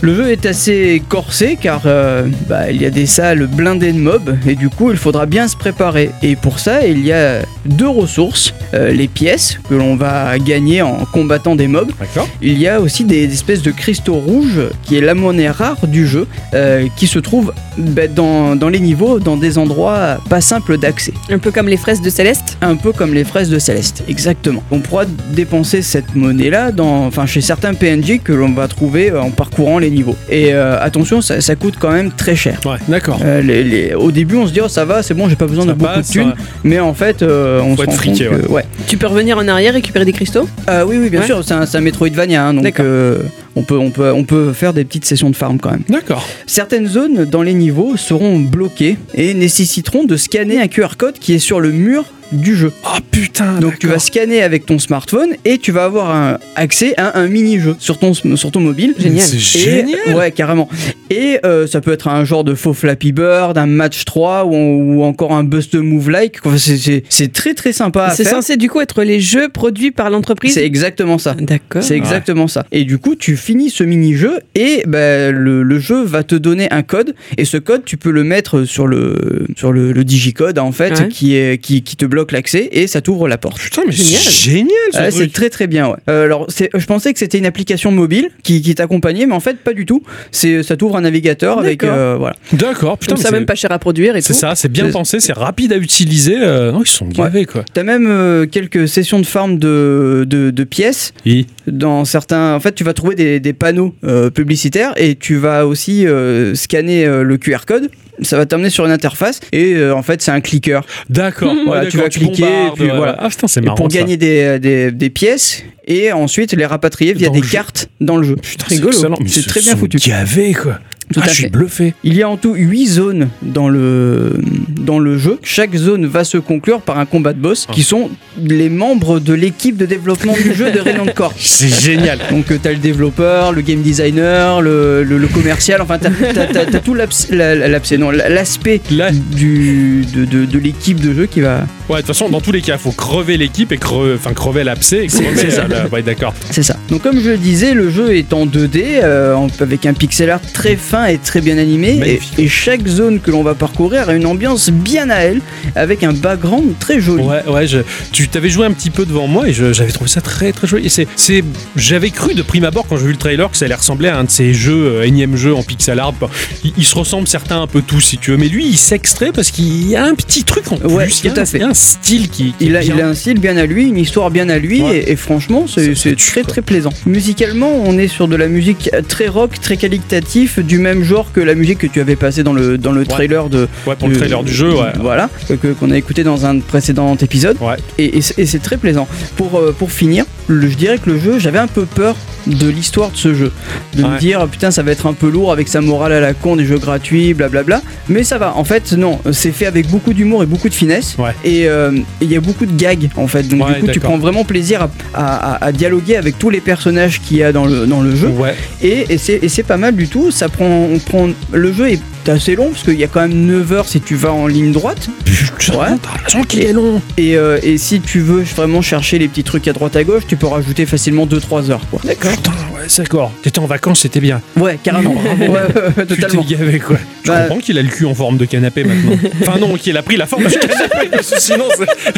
Speaker 1: Le jeu est assez corsé car euh, bah, il y a des salles blindées de mobs et du coup il faudra bien se préparer. Et pour ça, il y a deux ressources euh, les pièces que l'on va gagner en combattant des mobs.
Speaker 2: D'accord.
Speaker 1: Il y a aussi des, espèces de cristaux rouges qui est la monnaie rare du jeu euh, qui se trouve bah, dans, dans les niveaux, dans des endroits pas simples d'accès
Speaker 3: Un peu comme les fraises de Céleste.
Speaker 1: un peu comme les fraises de Céleste, exactement. On pourra dépenser cette monnaie-là dans, enfin, chez certains PNJ que l'on va trouver euh, en parcourant les niveaux. Et euh, attention, ça, ça coûte quand même très cher.
Speaker 2: Ouais, d'accord.
Speaker 1: Euh, les- les- Au début, on se dit oh ça va, c'est bon, j'ai pas besoin
Speaker 2: Ça
Speaker 1: de beaucoup
Speaker 2: passe,
Speaker 1: de thunes.
Speaker 2: ça
Speaker 1: Mais en fait, euh, on
Speaker 2: Faut
Speaker 1: se
Speaker 2: être
Speaker 1: rend
Speaker 2: friqué,
Speaker 1: compte que- ouais.
Speaker 3: Tu peux revenir en arrière, récupérer des cristaux
Speaker 1: Euh, oui, oui, bien
Speaker 3: Ouais.
Speaker 1: sûr, c'est un, c'est un Metroidvania, hein, donc
Speaker 3: D'accord.
Speaker 1: euh, on peut, on peut, on peut faire des petites sessions de farm quand même.
Speaker 2: D'accord.
Speaker 1: Certaines zones dans les niveaux seront bloquées et nécessiteront de scanner un QR code qui est sur le mur du jeu.
Speaker 2: Ah putain.
Speaker 1: Donc tu vas
Speaker 2: d'accord.
Speaker 1: scanner avec ton smartphone et tu vas avoir un- accès à un mini-jeu sur ton, sur ton mobile.
Speaker 3: Génial.
Speaker 2: C'est
Speaker 1: Et-
Speaker 2: génial.
Speaker 1: Ouais, carrément. Et euh, ça peut être un genre de faux Flappy Bird, un match 3 ou, ou encore un Bust Move Like. Enfin, c'est- c'est- C'est très très sympa à
Speaker 3: C'est
Speaker 1: faire.
Speaker 3: censé du coup être les jeux produits par l'entreprise.
Speaker 1: C'est exactement ça.
Speaker 3: D'accord.
Speaker 1: C'est exactement ça. Et du coup, tu finis ce mini-jeu et ben, le, le jeu va te donner un code. Et ce code, tu peux le mettre sur le, sur le, le digicode, en fait,
Speaker 3: Ouais.
Speaker 1: qui, est, qui, qui te bloque l'accès et ça t'ouvre la porte.
Speaker 2: Putain, mais
Speaker 3: Génial.
Speaker 2: c'est génial ce
Speaker 1: Ouais, Euh, Ah, c'est
Speaker 2: truc.
Speaker 1: très très bien. Ouais. Euh, alors, c'est- je pensais que c'était une application mobile qui, qui t'accompagnait, mais en fait, pas du tout. C'est, ça t'ouvre un navigateur avec.
Speaker 3: D'accord.
Speaker 1: euh, voilà.
Speaker 2: D'accord. Putain,
Speaker 3: Comme ça,
Speaker 2: mais
Speaker 3: même
Speaker 2: c'est-
Speaker 3: pas cher à produire et tout.
Speaker 2: C'est ça, c'est bien
Speaker 1: C'est-
Speaker 2: pensé, c'est rapide à utiliser. euh, Non, ils sont gavés quoi.
Speaker 1: T'as même euh, quelques sessions de farm de, de, de pièces.
Speaker 2: Oui.
Speaker 1: Dans certains, en fait, tu vas trouver des, des panneaux euh, publicitaires et tu vas aussi euh, scanner euh, le QR code. Ça va t'amener sur une interface et euh, en fait, c'est un clicker.
Speaker 2: D'accord.
Speaker 1: Voilà,
Speaker 2: ouais,
Speaker 1: tu
Speaker 2: d'accord,
Speaker 1: vas cliquer,
Speaker 2: bombardes,
Speaker 1: et puis
Speaker 2: ouais.
Speaker 1: voilà.
Speaker 2: Ah putain, c'est
Speaker 1: Et
Speaker 2: marrant.
Speaker 1: pour
Speaker 2: ça.
Speaker 1: gagner des, des, des pièces et ensuite les rapatrier via
Speaker 2: Dans
Speaker 1: des
Speaker 2: le jeu.
Speaker 1: cartes dans le jeu.
Speaker 2: Putain,
Speaker 1: rigolo.
Speaker 2: excellent, mais
Speaker 1: C'est
Speaker 2: ils
Speaker 1: très
Speaker 2: se
Speaker 1: bien
Speaker 2: sont
Speaker 1: foutu.
Speaker 2: Gavés quoi.
Speaker 1: Tout
Speaker 2: ah,
Speaker 1: à
Speaker 2: je suis
Speaker 1: fait.
Speaker 2: bluffé.
Speaker 1: Il y a en tout 8 zones dans le, dans le jeu. Chaque zone va se conclure par un combat de boss qui sont les membres de l'équipe de développement du jeu de Rayland Corp.
Speaker 2: C'est génial.
Speaker 1: Donc euh, t'as le développeur, le game designer, le, le- le commercial, enfin t'as, t'as- t'as- t'as tout l'abs- la- la- l'abcès, non, la- l'aspect
Speaker 2: Là, ouais,
Speaker 1: du, de, de- de l'équipe de jeu qui va...
Speaker 2: de toute façon, dans tous les cas, faut crever l'équipe et crever, enfin crever l'abcès et crever.
Speaker 1: c'est ça.
Speaker 2: là, ouais, d'accord.
Speaker 1: C'est ça. Donc comme je le disais, le jeu est en 2D, euh, en- avec un pixel art très fin et très bien animé,
Speaker 2: Magnifique.
Speaker 1: et, et chaque zone que l'on va parcourir a une ambiance bien à elle, avec un background très joli.
Speaker 2: Ouais, ouais. je- tu t'avais joué un petit peu devant moi et je- j'avais trouvé ça très, très joli. Et c'est, c'est, j'avais cru de prime abord quand j'ai vu le trailer que ça allait ressembler à un de ces jeux euh, énième jeu en pixel art. Bon, Ils, ils se ressemblent certains un peu tous, si tu veux. Mais lui, il s'extrait parce qu'il y a un petit truc en plus.
Speaker 1: Ouais,
Speaker 2: il y a
Speaker 1: tout à
Speaker 2: un-
Speaker 1: fait.
Speaker 2: il y a un style qui. qui
Speaker 1: Il
Speaker 2: est
Speaker 1: a,
Speaker 2: bien.
Speaker 1: il a un style bien à lui, une histoire bien à lui,
Speaker 2: Ouais.
Speaker 1: et, et franchement, c'est
Speaker 2: Ça, ça
Speaker 1: c'est
Speaker 2: tue,
Speaker 1: très
Speaker 2: quoi.
Speaker 1: très plaisant. Musicalement, on est sur de la musique très rock, très qualitatif, du même genre que la musique que tu avais passée dans le, dans le trailer de.
Speaker 2: Ouais, pour le
Speaker 1: de-
Speaker 2: trailer du jeu, ouais.
Speaker 1: Voilà, que- que- qu'on a écouté dans un précédent épisode.
Speaker 2: Ouais.
Speaker 1: Et, et c'est- et c'est très plaisant. Pour, euh, pour finir, le- je dirais que le jeu, j'avais un peu peur de l'histoire de ce jeu. De
Speaker 2: Ouais.
Speaker 1: me dire, oh, putain, ça va être un peu lourd avec sa morale à la con, des jeux gratuits, blablabla. Mais ça va, en fait, non, c'est fait avec beaucoup d'humour et beaucoup de finesse.
Speaker 2: Ouais.
Speaker 1: Et euh, et il y a beaucoup de gags, en fait. Donc
Speaker 2: Ouais,
Speaker 1: du coup, tu
Speaker 2: d'accord.
Speaker 1: prends vraiment plaisir à, à- à- à dialoguer avec tous les personnages qu'il y a dans le, dans le jeu.
Speaker 2: Ouais,
Speaker 1: Et, et c'est et c'est pas mal du tout. Ça prend, on prend, le jeu est assez long, parce qu'il y a quand même 9 heures si tu vas en ligne droite.
Speaker 2: putain,
Speaker 1: Ouais.
Speaker 2: t'as l'impression qu'il est long.
Speaker 1: Et, euh, et si tu veux vraiment chercher les petits trucs à droite à gauche, tu peux rajouter facilement 2-3 heures. Quoi.
Speaker 2: D'accord. Putain, ouais, c'est d'accord. T'étais en vacances, c'était bien.
Speaker 1: Ouais, carrément. ouais, ouais, ouais, totalement.
Speaker 2: Tu t'es gavé, quoi. Je
Speaker 1: Bah-
Speaker 2: comprends qu'il a le cul en forme de canapé maintenant. enfin non, qu'il a pris la forme de canapé. parce que Sinon, c'est-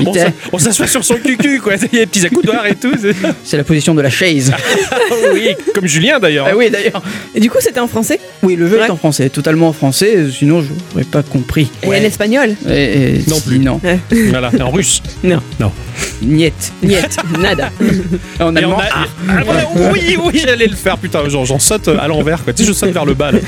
Speaker 2: on
Speaker 1: Putain.
Speaker 2: s'a- on s'assoit sur son cucu, quoi. Il y a des petits accoudoirs et tout. c'est-
Speaker 1: C'est la position de la chaise.
Speaker 2: Oh oui, comme Julien d'ailleurs. hein.
Speaker 1: ah oui, d'ailleurs.
Speaker 3: Et du coup, c'était en français
Speaker 1: Oui, le jeu
Speaker 3: Ouais.
Speaker 1: est en français, totalement en français, euh, sinon je n'aurais pas compris.
Speaker 3: et en espagnol.
Speaker 1: Et- et
Speaker 2: Non
Speaker 1: si,
Speaker 2: plus.
Speaker 1: Non.
Speaker 2: Voilà, en russe.
Speaker 3: Non.
Speaker 2: Non.
Speaker 1: Niette.
Speaker 3: Niet, nada.
Speaker 1: En
Speaker 2: Et
Speaker 1: allemand,
Speaker 2: on a-
Speaker 1: ah.
Speaker 2: Ah, voilà, oui, oui, j'allais le faire, putain, genre j'en saute euh, à l'envers, quoi. Tu sais, je saute vers le bas, là.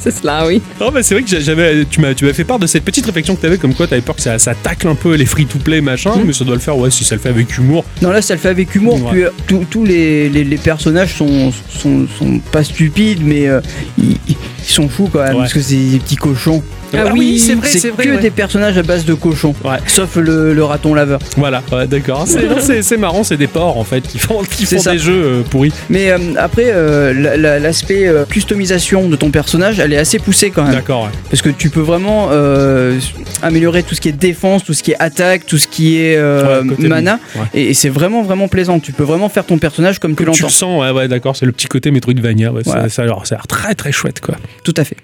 Speaker 3: C'est cela, oui.
Speaker 2: Non, mais c'est vrai que j'a- j'avais, tu m'as, tu m'as fait part de cette petite réflexion que t'avais, comme quoi t'avais peur que ça, ça tacle un peu les free-to-play,
Speaker 1: Hmm.
Speaker 2: machin, mais ça doit le faire, ouais, si ça le fait avec humour.
Speaker 1: Non, là, ça le fait avec humour.
Speaker 2: Ouais.
Speaker 1: puis, euh, tous- Tous les, les- les personnages sont, sont, sont pas stupides, mais euh, ils, ils sont fous quand même,
Speaker 2: Ouais.
Speaker 1: parce que c'est des petits cochons.
Speaker 2: Ah oui, c'est vrai, c'est vrai,
Speaker 1: que
Speaker 2: ouais.
Speaker 1: des personnages à base de cochons.
Speaker 2: Ouais.
Speaker 1: Sauf le, le raton laveur.
Speaker 2: Voilà, ouais, d'accord. C'est, non, c'est, c'est marrant, c'est des porcs, en fait, qui font, qui
Speaker 1: C'est
Speaker 2: font
Speaker 1: ça.
Speaker 2: des jeux euh, pourris.
Speaker 1: Mais euh, après, euh, la- la- l'aspect euh, customisation de ton personnage, elle est assez poussée quand même.
Speaker 2: D'accord, ouais.
Speaker 1: Parce que tu peux vraiment euh, améliorer tout ce qui est défense, tout ce qui est attaque, tout ce qui est euh,
Speaker 2: Ouais, côté
Speaker 1: mana.
Speaker 2: mou. Ouais.
Speaker 1: Et, et c'est vraiment, vraiment plaisant. Tu peux vraiment faire ton personnage comme tu
Speaker 2: Tu
Speaker 1: l'entends.
Speaker 2: le sens, ouais, ouais, d'accord, c'est le petit côté Metroidvania, ouais, ça,
Speaker 1: Ouais.
Speaker 2: ça, alors, ça a l'air très très chouette, quoi.
Speaker 1: Tout à fait.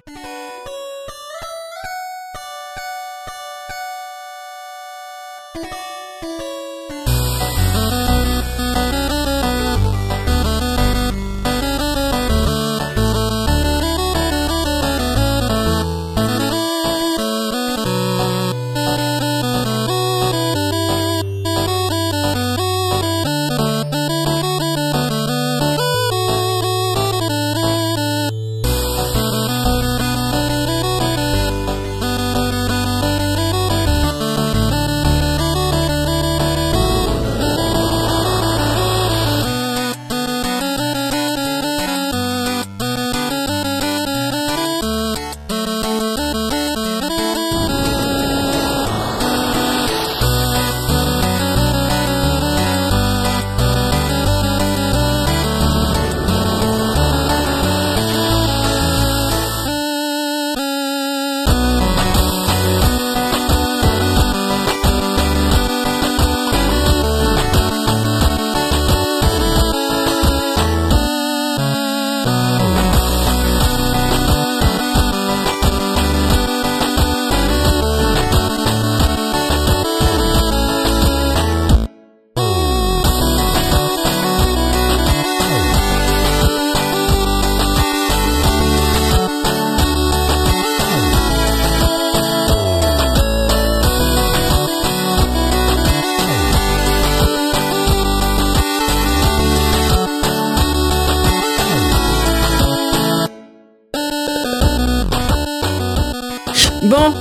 Speaker 3: Bon,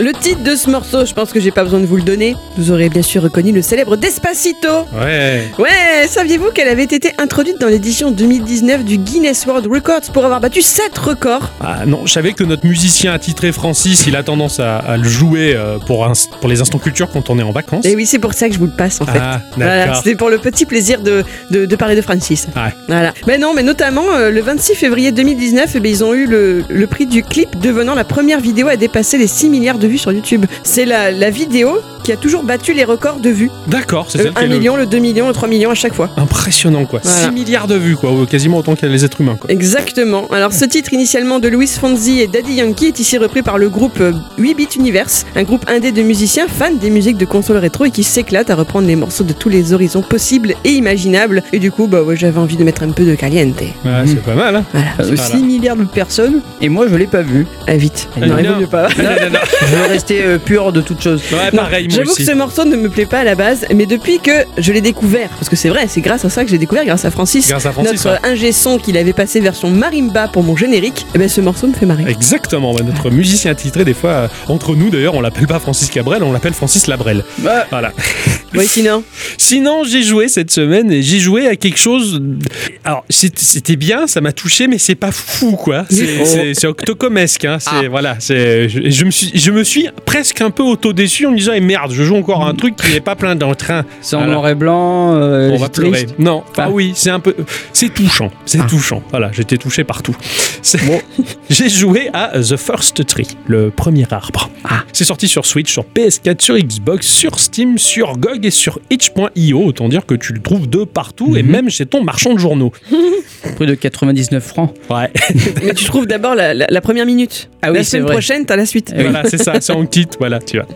Speaker 3: le titre de ce morceau, je pense que j'ai pas besoin de vous le donner. Vous aurez bien sûr reconnu le célèbre Despacito.
Speaker 2: Ouais.
Speaker 3: Ouais, saviez-vous qu'elle avait été introduite dans l'édition 2019 du Guinness World Records pour avoir battu 7 records
Speaker 2: Ah non, je savais que notre musicien attitré Francis, il a tendance à, à le jouer euh, pour, ins- pour les instants culture quand on est en vacances.
Speaker 3: Et Eh oui, c'est pour ça que je vous le passe en fait.
Speaker 2: Ah,
Speaker 3: Voilà,
Speaker 2: d'accord. Ah
Speaker 3: c'était pour le petit plaisir de, de, de parler de Francis.
Speaker 2: Ouais.
Speaker 3: Voilà. Mais non, mais notamment euh, le 26 février 2019, eh ben, ils ont eu le, le prix du clip devenant la première vidéo à dépasser les 6 milliards de vues sur YouTube. C'est la, la vidéo qui a toujours battu les records de vues.
Speaker 2: D'accord, c'est
Speaker 3: Le
Speaker 2: celle qui
Speaker 3: 1
Speaker 2: est le-
Speaker 3: Euh, million, le 2 millions, le 3 millions à chaque fois.
Speaker 2: Impressionnant quoi.
Speaker 3: Voilà.
Speaker 2: 6 milliards de vues quoi, ou quasiment autant qu'il y a les êtres humains quoi.
Speaker 3: Exactement. Alors ce titre initialement de Luis Fonzi et Daddy Yankee est ici repris par le groupe euh, 8-Bit Universe, un groupe indé de musiciens fans des musiques de console rétro et qui s'éclate à reprendre les morceaux de tous les horizons possibles et imaginables. Et du coup, bah ouais, j'avais envie de mettre un peu de caliente.
Speaker 2: Ouais,
Speaker 1: Mhm.
Speaker 3: mm.
Speaker 2: C'est pas mal hein.
Speaker 3: Voilà.
Speaker 1: Euh, 6 milliards de personnes, et moi je l'ai pas vu.
Speaker 3: Ah, vite.
Speaker 1: Non,
Speaker 2: non.
Speaker 1: il vaut mieux pas.
Speaker 2: Non, non, non.
Speaker 1: Je veux rester euh, pur de toute chose.
Speaker 2: Ouais,
Speaker 3: Non,
Speaker 2: pareil, moi
Speaker 3: J'avoue que
Speaker 2: aussi.
Speaker 3: ce morceau ne me plaît pas à la base, mais depuis que je l'ai découvert, parce que c'est vrai, c'est grâce à ça que j'ai découvert, grâce à Francis,
Speaker 2: Grâce à Francis.
Speaker 3: notre
Speaker 2: ouais.
Speaker 3: euh, ingé son qu'il avait passé version marimba pour mon générique, eh ben ce morceau me fait marrer.
Speaker 2: Exactement, ouais, notre musicien attitré, des fois, euh, entre nous d'ailleurs, on l'appelle pas Francis Cabrel, on l'appelle Francis Labrel.
Speaker 1: Ah,
Speaker 2: Voilà.
Speaker 3: Oui, sinon.
Speaker 2: Sinon, j'ai joué cette semaine et j'ai joué à quelque chose. Alors, c'est- c'était bien, ça m'a touché, mais c'est pas fou, quoi. C'est-
Speaker 1: Oh.
Speaker 2: C'est c'est octocomesque, hein. C'est voilà. C'est je, je me suis, je me suis presque un peu auto déçu en me disant, eh merde, je joue encore à un truc qui n'est pas plein d'entrain.
Speaker 1: C'est en
Speaker 2: Voilà.
Speaker 1: noir et blanc. euh,
Speaker 2: On va
Speaker 1: c'est triste.
Speaker 2: pleurer. Non, ah
Speaker 1: Ah.
Speaker 2: oui, c'est un peu. C'est touchant. C'est
Speaker 1: Ah.
Speaker 2: touchant. Voilà, j'étais touché partout. C'est- J'ai joué à The First Tree, le premier arbre.
Speaker 1: Ah.
Speaker 2: C'est sorti sur Switch, sur PS4, sur Xbox, sur Steam, sur GOG et sur itch.io. Autant dire que tu le trouves de partout et
Speaker 1: Mhm.
Speaker 2: même chez ton marchand de journaux.
Speaker 1: Prix de 99 francs.
Speaker 2: Ouais,
Speaker 3: Mais tu trouves d'abord la, la- la première minute.
Speaker 1: Ah oui,
Speaker 3: la
Speaker 1: c'est
Speaker 3: semaine
Speaker 1: vrai.
Speaker 3: prochaine, t'as la suite.
Speaker 1: Eh oui.
Speaker 2: voilà, c'est ça, c'est en kit. Voilà, tu vois.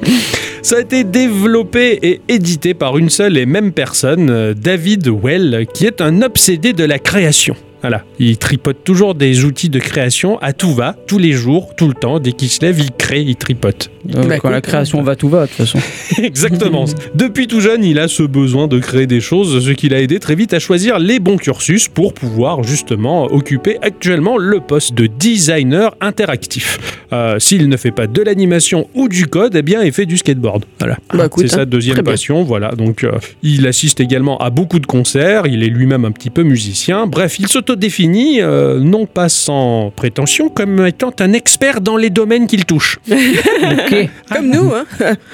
Speaker 2: Ça a été développé et édité par une seule et même personne, euh, David Well, qui est un obsédé de la création. Voilà. Il tripote toujours des outils de création à tout va, tous les jours, tout le temps. Dès qu'il se lève, il crée, il tripote.
Speaker 1: Euh,
Speaker 3: Bah,
Speaker 1: quand la
Speaker 3: écoute,
Speaker 1: création va, tout va, de toute façon.
Speaker 2: Exactement. Depuis tout jeune, il a ce besoin de créer des choses, ce qui l'a aidé très vite à choisir les bons cursus pour pouvoir justement occuper actuellement le poste de designer interactif. Euh, S'il ne fait pas de l'animation ou du code, eh bien, il fait du skateboard. Voilà.
Speaker 3: Bah, écoute,
Speaker 2: C'est sa
Speaker 3: hein,
Speaker 2: deuxième
Speaker 3: très bien.
Speaker 2: passion. Voilà. Donc, euh, il assiste également à beaucoup de concerts. Il est lui-même un petit peu musicien. Bref, il s'autodéfinit, euh, non pas sans prétention, comme étant un expert dans les domaines qu'il touche.
Speaker 1: ok.
Speaker 3: Comme nous, hein.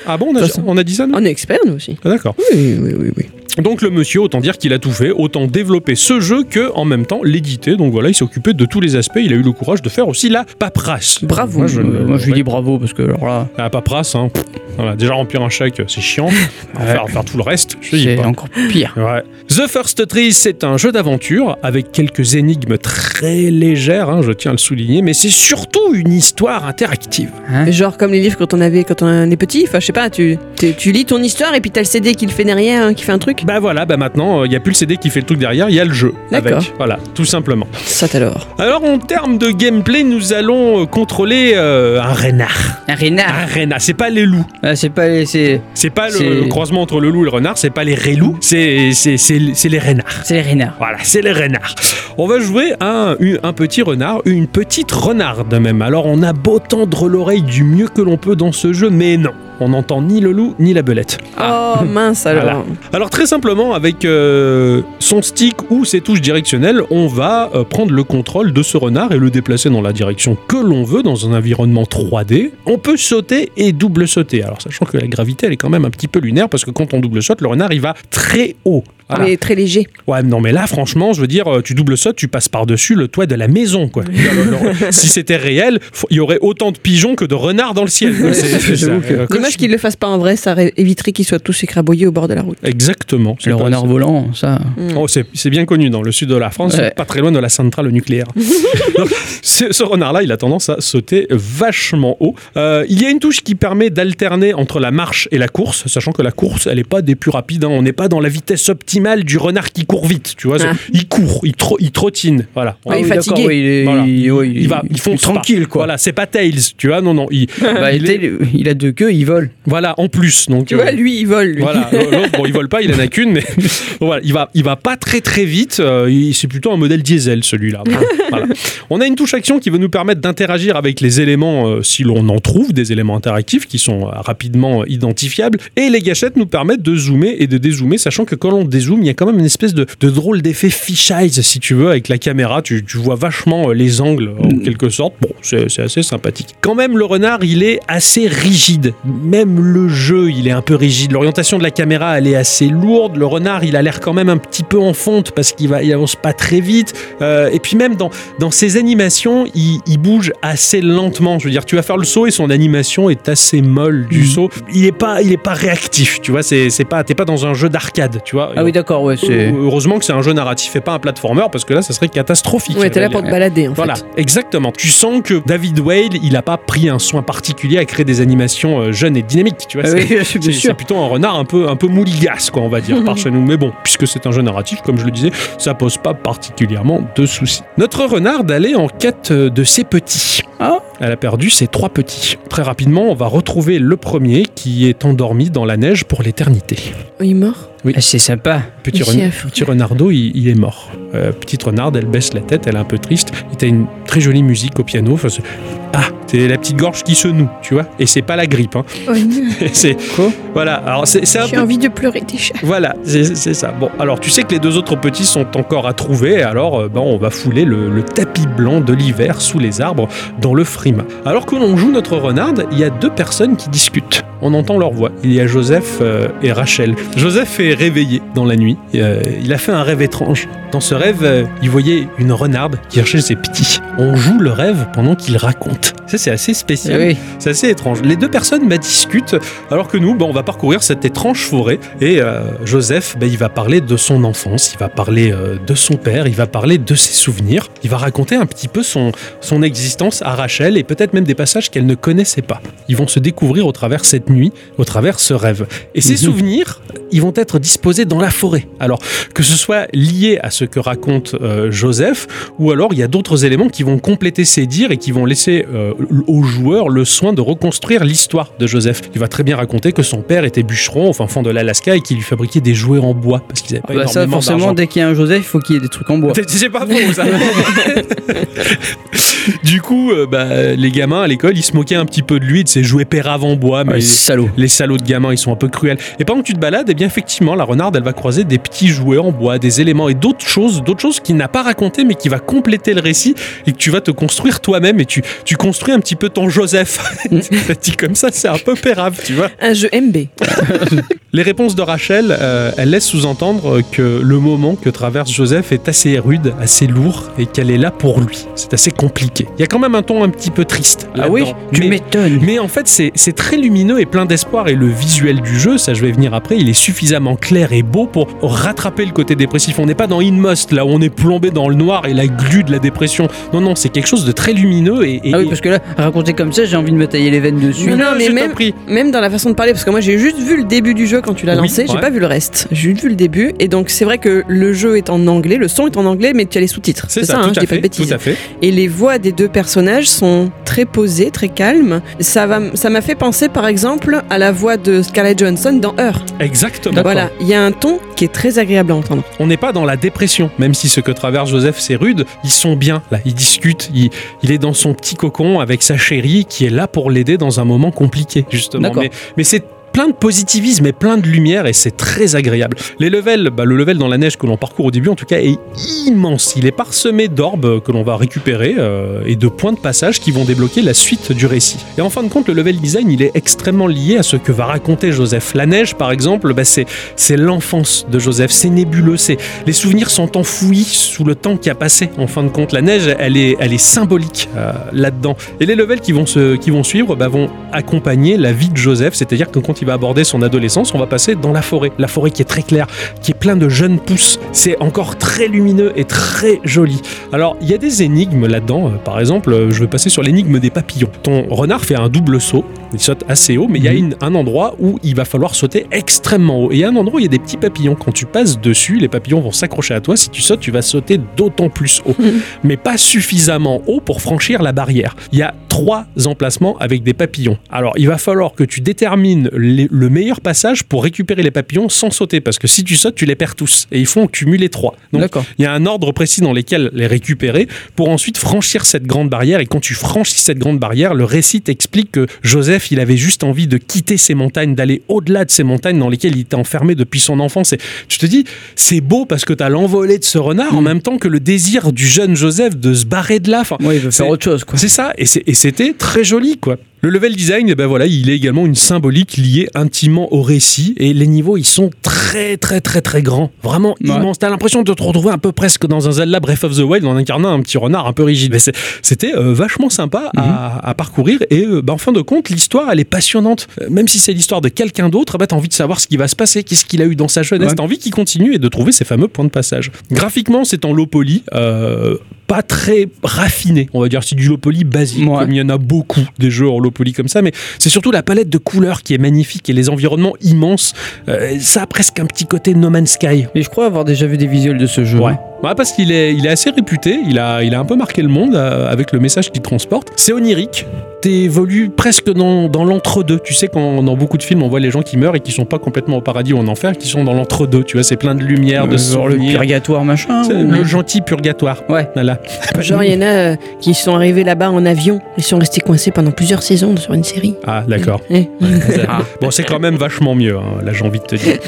Speaker 2: Ah bon, on a,
Speaker 3: Ça, ça-
Speaker 2: on a dit ça, nous
Speaker 3: On est experts, nous aussi.
Speaker 2: Ah, D'accord.
Speaker 3: Oui, oui, oui, oui.
Speaker 2: Donc le monsieur, autant dire qu'il a tout fait, autant développer ce jeu que en même temps l'éditer. Donc voilà, il s'est occupé de tous les aspects. Il a eu le courage de faire aussi la paperasse.
Speaker 3: Bravo.
Speaker 2: Moi, je,
Speaker 1: Euh, moi, je lui
Speaker 2: ouais.
Speaker 1: dis bravo parce que alors là,
Speaker 2: La paperasse, hein. pff, voilà, déjà remplir un chèque, c'est chiant. faire, faire tout le reste, je te dis
Speaker 1: c'est
Speaker 2: pas.
Speaker 1: encore pire.
Speaker 2: Ouais. The First Tree, c'est un jeu d'aventure avec quelques énigmes très légères, hein, je tiens à le souligner, mais c'est surtout une histoire interactive.
Speaker 3: Genre comme les livres quand on avait quand on est petit, enfin je sais pas, tu, tu, tu lis ton histoire et puis t'as le CD qui le fait derrière, hein, qui fait un truc.
Speaker 2: Bah voilà, bah maintenant, il n'y a plus le CD qui fait le truc derrière, il y a le jeu.
Speaker 3: D'accord.
Speaker 2: avec. Voilà, tout simplement.
Speaker 3: Ça alors.
Speaker 2: Alors en termes de gameplay, nous allons euh, contrôler euh, un renard.
Speaker 1: Un renard.
Speaker 2: Un renard, c'est pas les loups.
Speaker 1: Ah, c'est pas c'est
Speaker 2: C'est pas le,
Speaker 1: C'est-
Speaker 2: le croisement entre le loup et le renard, c'est pas les rélous, c'est c'est- c'est- c'est les renards.
Speaker 1: c'est les renards.
Speaker 2: Voilà, c'est les renards. On va jouer à un, un petit renard, une petite renarde même. Alors on a beau tendre l'oreille du mieux que l'on peut dans ce jeu, mais non, on n'entend ni le loup ni la belette.
Speaker 3: Oh mince alors.
Speaker 2: Voilà. Alors très simplement, avec euh, son stick ou ses touches directionnelles, on va euh, prendre le contrôle de ce renard et le déplacer dans la direction que l'on veut, dans un environnement 3D. On peut sauter et double sauter. Alors sachant que la gravité, elle est quand même un petit peu lunaire, parce que quand on double saute, le renard, il va très haut. Voilà. Bah,
Speaker 3: Mais très léger.
Speaker 2: Ouais, mais non, mais là, franchement, je veux dire, euh, tu double sautes, tu passes par-dessus le toit de la maison, quoi. Je veux dire, non, non, si c'était réel, faut- il y aurait autant de pigeons que de renards dans le ciel. quoi. C'est- c'est ça.
Speaker 1: J'avoue que-
Speaker 2: Euh, comme
Speaker 3: Dommage
Speaker 2: je-
Speaker 3: qu'ils le fassent pas en vrai, ça ré- éviterait qu'ils soient tous écrabouillés au bord de la route.
Speaker 2: Exactement. c'est
Speaker 1: Le
Speaker 2: pas-
Speaker 1: renard volant, ça.
Speaker 3: Mm.
Speaker 2: Oh, c'est c'est bien connu dans le sud de la France,
Speaker 1: Ouais.
Speaker 2: pas très loin de la centrale nucléaire. Donc, ce ce renard-là, il a tendance à sauter vachement haut. Euh, il y a une touche qui permet d'alterner entre la marche et la course, sachant que la course, elle n'est pas des plus rapides. hein. On n'est pas dans la vitesse optimale du renard qui court vite. Tu vois, c'est-
Speaker 3: Ah.
Speaker 2: il court, il, tro- il trottine. Voilà.
Speaker 3: Ouais, Ah, il est
Speaker 1: Ah oui,
Speaker 3: fatigué.
Speaker 1: d'accord, oui, il, est-
Speaker 2: Ah, Voilà.
Speaker 1: il- oui,
Speaker 2: Il va, il fonce pas.
Speaker 1: tranquille quoi.
Speaker 2: Voilà, c'est pas Tails, tu vois. Non, non. Il,
Speaker 3: Ah.
Speaker 1: Bah,
Speaker 2: il est-
Speaker 1: t'es- il a deux queues, il vole.
Speaker 2: voilà, en plus. Donc,
Speaker 3: Tu
Speaker 2: euh,
Speaker 3: vois, lui il vole lui.
Speaker 2: voilà, l'autre, bon, il vole pas, il en a qu'une, mais voilà, il va, il va pas très très vite. euh, il- c'est plutôt un modèle diesel celui-là. Voilà. On a une touche action qui va nous permettre d'interagir avec les éléments, euh, si l'on en trouve, des éléments interactifs qui sont euh, rapidement euh, identifiables. Et les gâchettes nous permettent de zoomer et de dézoomer, sachant que quand on dézoome, il y a quand même une espèce de, de drôle d'effet fisheye, si tu veux, avec la caméra. Tu, tu vois vachement euh, les angles en quelque sorte. Bon, c'est c'est assez sympathique. Quand même, le renard, il est assez rigide. Même le jeu, il est un peu rigide. L'orientation de la caméra, elle est assez lourde. Le renard, il a l'air quand même un petit peu en fonte parce qu'il va, il avance pas très vite. Euh, et puis même dans, dans ses animations, il, il bouge assez lentement. Je veux dire, tu vas faire le saut et son animation est assez molle du
Speaker 1: Mhm.
Speaker 2: saut. Il est pas, il est pas réactif. Tu vois, c'est c'est pas, t'es pas dans un jeu d'arcade. Tu vois.
Speaker 1: Ah oui, d'accord, ouais, c'est.
Speaker 2: Heureusement que c'est un jeu narratif et pas un platformer parce que là, ça serait catastrophique.
Speaker 3: Ouais, t'es là pour te balader en
Speaker 2: Voilà,
Speaker 3: fait.
Speaker 2: exactement. Tu sens que David Whale, il n'a pas pris un soin particulier à créer des animations euh, jeunes et dynamiques. Tu vois,
Speaker 1: Ah
Speaker 2: c'est-
Speaker 1: oui, je suis
Speaker 2: c'est
Speaker 1: bien
Speaker 2: c'est
Speaker 1: sûr.
Speaker 2: plutôt un renard un peu, un peu mouligasse, quoi, on va dire, par chez nous. Mais bon, puisque c'est un jeu narratif, comme je le disais, ça pose pas particulièrement de soucis. Notre renard allait en quête euh, de ses petits.
Speaker 1: Ah.
Speaker 2: Elle a perdu ses trois petits. Très rapidement, on va retrouver le premier qui est endormi dans la neige pour l'éternité.
Speaker 3: Oh, Il est mort.
Speaker 1: Ah, c'est sympa.
Speaker 2: Petit,
Speaker 3: Mais
Speaker 2: rena-
Speaker 3: c'est affreux.
Speaker 2: petit renardeau, il, il est mort. Euh, petite renarde, elle baisse la tête, elle est un peu triste. Et t'as une très jolie musique au piano. Enfin, c'est- ah, c'est la petite gorge qui se noue, tu vois. Et c'est pas la grippe. Hein.
Speaker 3: Oh,
Speaker 2: c'est
Speaker 1: Quoi
Speaker 2: Voilà. Alors c'est c'est un
Speaker 3: J'ai
Speaker 2: peu.
Speaker 3: envie de pleurer des chats.
Speaker 2: Voilà, c'est c'est ça. Bon, alors tu sais que les deux autres petits sont encore à trouver. Alors, euh, ben, on va fouler le, le tapis blanc de l'hiver sous les arbres dans le frima. Alors que l'on joue notre renarde, il y a deux personnes qui discutent. On entend leur voix. Il y a Joseph euh, et Rachel. Joseph est réveillé dans la nuit. Euh, il a fait un rêve étrange. Dans ce rêve, euh, il voyait une renarde qui cherchait ses petits. On joue le rêve pendant qu'il raconte. Ça, c'est assez
Speaker 1: Ah
Speaker 2: spécial.
Speaker 1: oui.
Speaker 2: C'est assez étrange. Les deux personnes bah, discutent, alors que nous, bah, on va parcourir cette étrange forêt. Et euh, Joseph, bah, il va parler de son enfance, il va parler euh, de son père, il va parler de ses souvenirs, il va raconter un petit peu son, son existence à Rachel et peut-être même des passages qu'elle ne connaissait pas. ils vont se découvrir au travers de cette nuit, au travers de ce rêve. Et ces
Speaker 1: Mhm.
Speaker 2: souvenirs, ils vont être disposés dans la forêt. Alors, que ce soit lié à ce que raconte euh, Joseph, ou alors il y a d'autres éléments qui vont compléter ces dires et qui vont laisser euh, au joueur le soin de reconstruire l'histoire de Joseph. Il va très bien raconter que son père était bûcheron au fin fond de l'Alaska et qu'il lui fabriquait des jouets en bois parce qu'ils n'avaient pas
Speaker 1: Bah, ça,
Speaker 2: énormément
Speaker 1: forcément,
Speaker 2: d'argent.
Speaker 1: dès qu'il y a un Joseph, il faut qu'il y ait des trucs en bois.
Speaker 2: C'est- C'est pas faux, ça. du coup, euh, bah, les gamins à l'école, ils se moquaient un petit peu de lui, de ses jouets péraves en bois, mais
Speaker 1: Ah, salaud.
Speaker 2: les salauds de gamins, ils sont un peu cruels. Et pendant que tu te balades, eh bien effectivement, la renarde, elle va croiser des petits jouets en bois, des éléments et d'autres choses, d'autres choses qu'il n'a pas racontées, mais qui va compléter le récit et que tu vas te construire toi-même et tu, tu construis un petit peu ton Joseph. Dit comme ça, c'est un peu pérave, tu vois.
Speaker 3: Un jeu MB.
Speaker 2: Les réponses de Rachel, euh, elle laisse sous-entendre que le moment que traverse Joseph est assez rude, assez lourd, et qu'elle est là pour lui. C'est assez compliqué. Il y a quand même un ton un petit peu triste.
Speaker 1: Ah oui,
Speaker 2: là-dedans.
Speaker 1: tu
Speaker 2: mais,
Speaker 1: m'étonnes.
Speaker 2: mais en fait, c'est c'est très lumineux et plein d'espoir, et le visuel du jeu, ça je vais venir après, il est suffisamment clair et beau pour rattraper le côté dépressif. On n'est pas dans Inmost, là où on est plombé dans le noir et la glu de la dépression. Non, non, c'est quelque chose de très lumineux et... et-
Speaker 1: Ah oui, parce que là, raconter comme ça, j'ai envie de me tailler les veines dessus.
Speaker 3: Mais non, mais
Speaker 2: je t'en
Speaker 3: même-
Speaker 2: prie.
Speaker 3: Même dans la façon de parler, parce que moi j'ai juste vu le début du jeu quand tu l'as
Speaker 2: Oui,
Speaker 3: lancé, j'ai
Speaker 2: ouais.
Speaker 3: pas vu le reste. J'ai juste vu le début, et donc c'est vrai que le jeu est en anglais, le son est en anglais, mais tu as les sous-titres.
Speaker 2: C'est ça,
Speaker 3: hein,
Speaker 2: tout,
Speaker 3: je
Speaker 2: à
Speaker 3: dis pas
Speaker 2: fait,
Speaker 3: de
Speaker 2: tout
Speaker 3: bêtises.
Speaker 2: à fait.
Speaker 3: Et les voix des deux personnages sont très posées, très calmes. Ça va, ça m'a fait penser par exemple à la voix de Scarlett Johansson dans Her.
Speaker 2: Exactement.
Speaker 3: Voilà, il y a un ton qui est très agréable à entendre.
Speaker 2: on n'est pas dans la dépression, même si ce que traverse Joseph c'est rude, ils sont bien, là, ils discutent, il, il est dans son petit cocon avec sa chérie qui est là pour l'aider dans un moment compliqué, justement.
Speaker 1: D'accord.
Speaker 2: Mais, mais c'est plein de positivisme et plein de lumière et c'est très agréable. Les levels, bah, le level dans la neige que l'on parcourt au début en tout cas est immense, il est parsemé d'orbes que l'on va récupérer euh, et de points de passage qui vont débloquer la suite du récit. Et en fin de compte, le level design il est extrêmement lié à ce que va raconter Joseph. La neige par exemple, bah, c'est c'est l'enfance de Joseph, c'est nébuleux, c'est les souvenirs sont enfouis sous le temps qui a passé. En fin de compte, la neige, elle est, elle est symbolique euh, là-dedans. Et les levels qui vont, se, qui vont suivre bah, vont accompagner la vie de Joseph, c'est-à-dire que quand il va aborder son adolescence, on va passer dans la forêt. La forêt qui est très claire, qui est plein de jeunes pousses. C'est encore très lumineux et très joli. Alors, il y a des énigmes là-dedans. Euh, Par exemple, euh, je vais passer sur l'énigme des papillons. Ton renard fait un double saut. Il saute assez haut, mais il y a une- un endroit où il va falloir sauter extrêmement haut. Et il y a un endroit où il y a des petits papillons. Quand tu passes dessus, les papillons vont s'accrocher à toi. Si tu sautes, tu vas sauter d'autant plus haut. mais pas suffisamment haut pour franchir la barrière. Il y a trois emplacements avec des papillons. Alors, il va falloir que tu détermines les- le meilleur passage pour récupérer les papillons sans sauter. Parce que si tu sautes, tu les perds tous. Et il faut en cumuler trois. Donc,
Speaker 1: D'accord.
Speaker 2: il y a un ordre précis dans lequel les récupérer pour ensuite franchir cette grande barrière. Et quand tu franchis cette grande barrière, le récit explique que Joseph, il avait juste envie de quitter ces montagnes, d'aller au-delà de ces montagnes dans lesquelles il était enfermé depuis son enfance. Et tu te dis, c'est beau parce que tu as l'envolée de ce renard en même temps que le désir du jeune Joseph de se barrer de là. Enfin,
Speaker 1: Moi, il veut faire
Speaker 2: C'est-
Speaker 1: autre chose, quoi.
Speaker 2: c'est ça, et c'est- et c'était très joli, quoi. Le level design, eh ben voilà, il est également une symbolique liée intimement au récit, et les niveaux, ils sont très, très, très, très grands. Vraiment immenses. T'as l'impression de te retrouver un peu presque dans un Zelda Breath of the Wild, en incarnant un petit renard un peu rigide. Mais c'est- c'était euh, vachement sympa à, à parcourir, et euh, bah, en fin de compte, l'histoire, elle est passionnante. Euh, Même si c'est l'histoire de quelqu'un d'autre, bah, t'as envie de savoir ce qui va se passer, qu'est-ce qu'il a eu dans sa jeunesse,
Speaker 1: Ouais.
Speaker 2: t'as envie qu'il continue et de trouver ces fameux points de passage. Graphiquement, c'est en low poly, euh, pas très raffiné, on va dire. C'est du low poly basique,
Speaker 1: Ouais.
Speaker 2: comme il y en a beaucoup des jeux en low poly comme ça, mais c'est surtout la palette de couleurs qui est magnifique et les environnements immenses. Euh, ça a presque un petit côté No Man's Sky.
Speaker 1: Mais je crois avoir déjà vu des visuels de ce jeu.
Speaker 2: Ouais. Ouais, parce qu'il est, il est assez réputé, il a, il a un peu marqué le monde euh, avec le message qu'il transporte. C'est onirique, t'évolues presque dans, dans l'entre-deux. Tu sais, quand dans beaucoup de films, on voit les gens qui meurent et qui sont pas complètement au paradis ou en enfer, qui sont dans l'entre-deux. Tu vois, c'est plein de lumière, de
Speaker 1: Euh, genre le
Speaker 2: souvenirs.
Speaker 1: purgatoire, machin.
Speaker 2: C'est
Speaker 1: ou-
Speaker 2: Le gentil purgatoire.
Speaker 1: Ouais.
Speaker 2: Voilà.
Speaker 3: Genre, il y en a euh, qui sont arrivés là-bas en avion et sont restés coincés pendant plusieurs saisons sur une série.
Speaker 2: Ah, d'accord.
Speaker 3: Eh.
Speaker 1: Ah.
Speaker 2: Bon, c'est quand même vachement mieux, hein, là j'ai envie de te dire.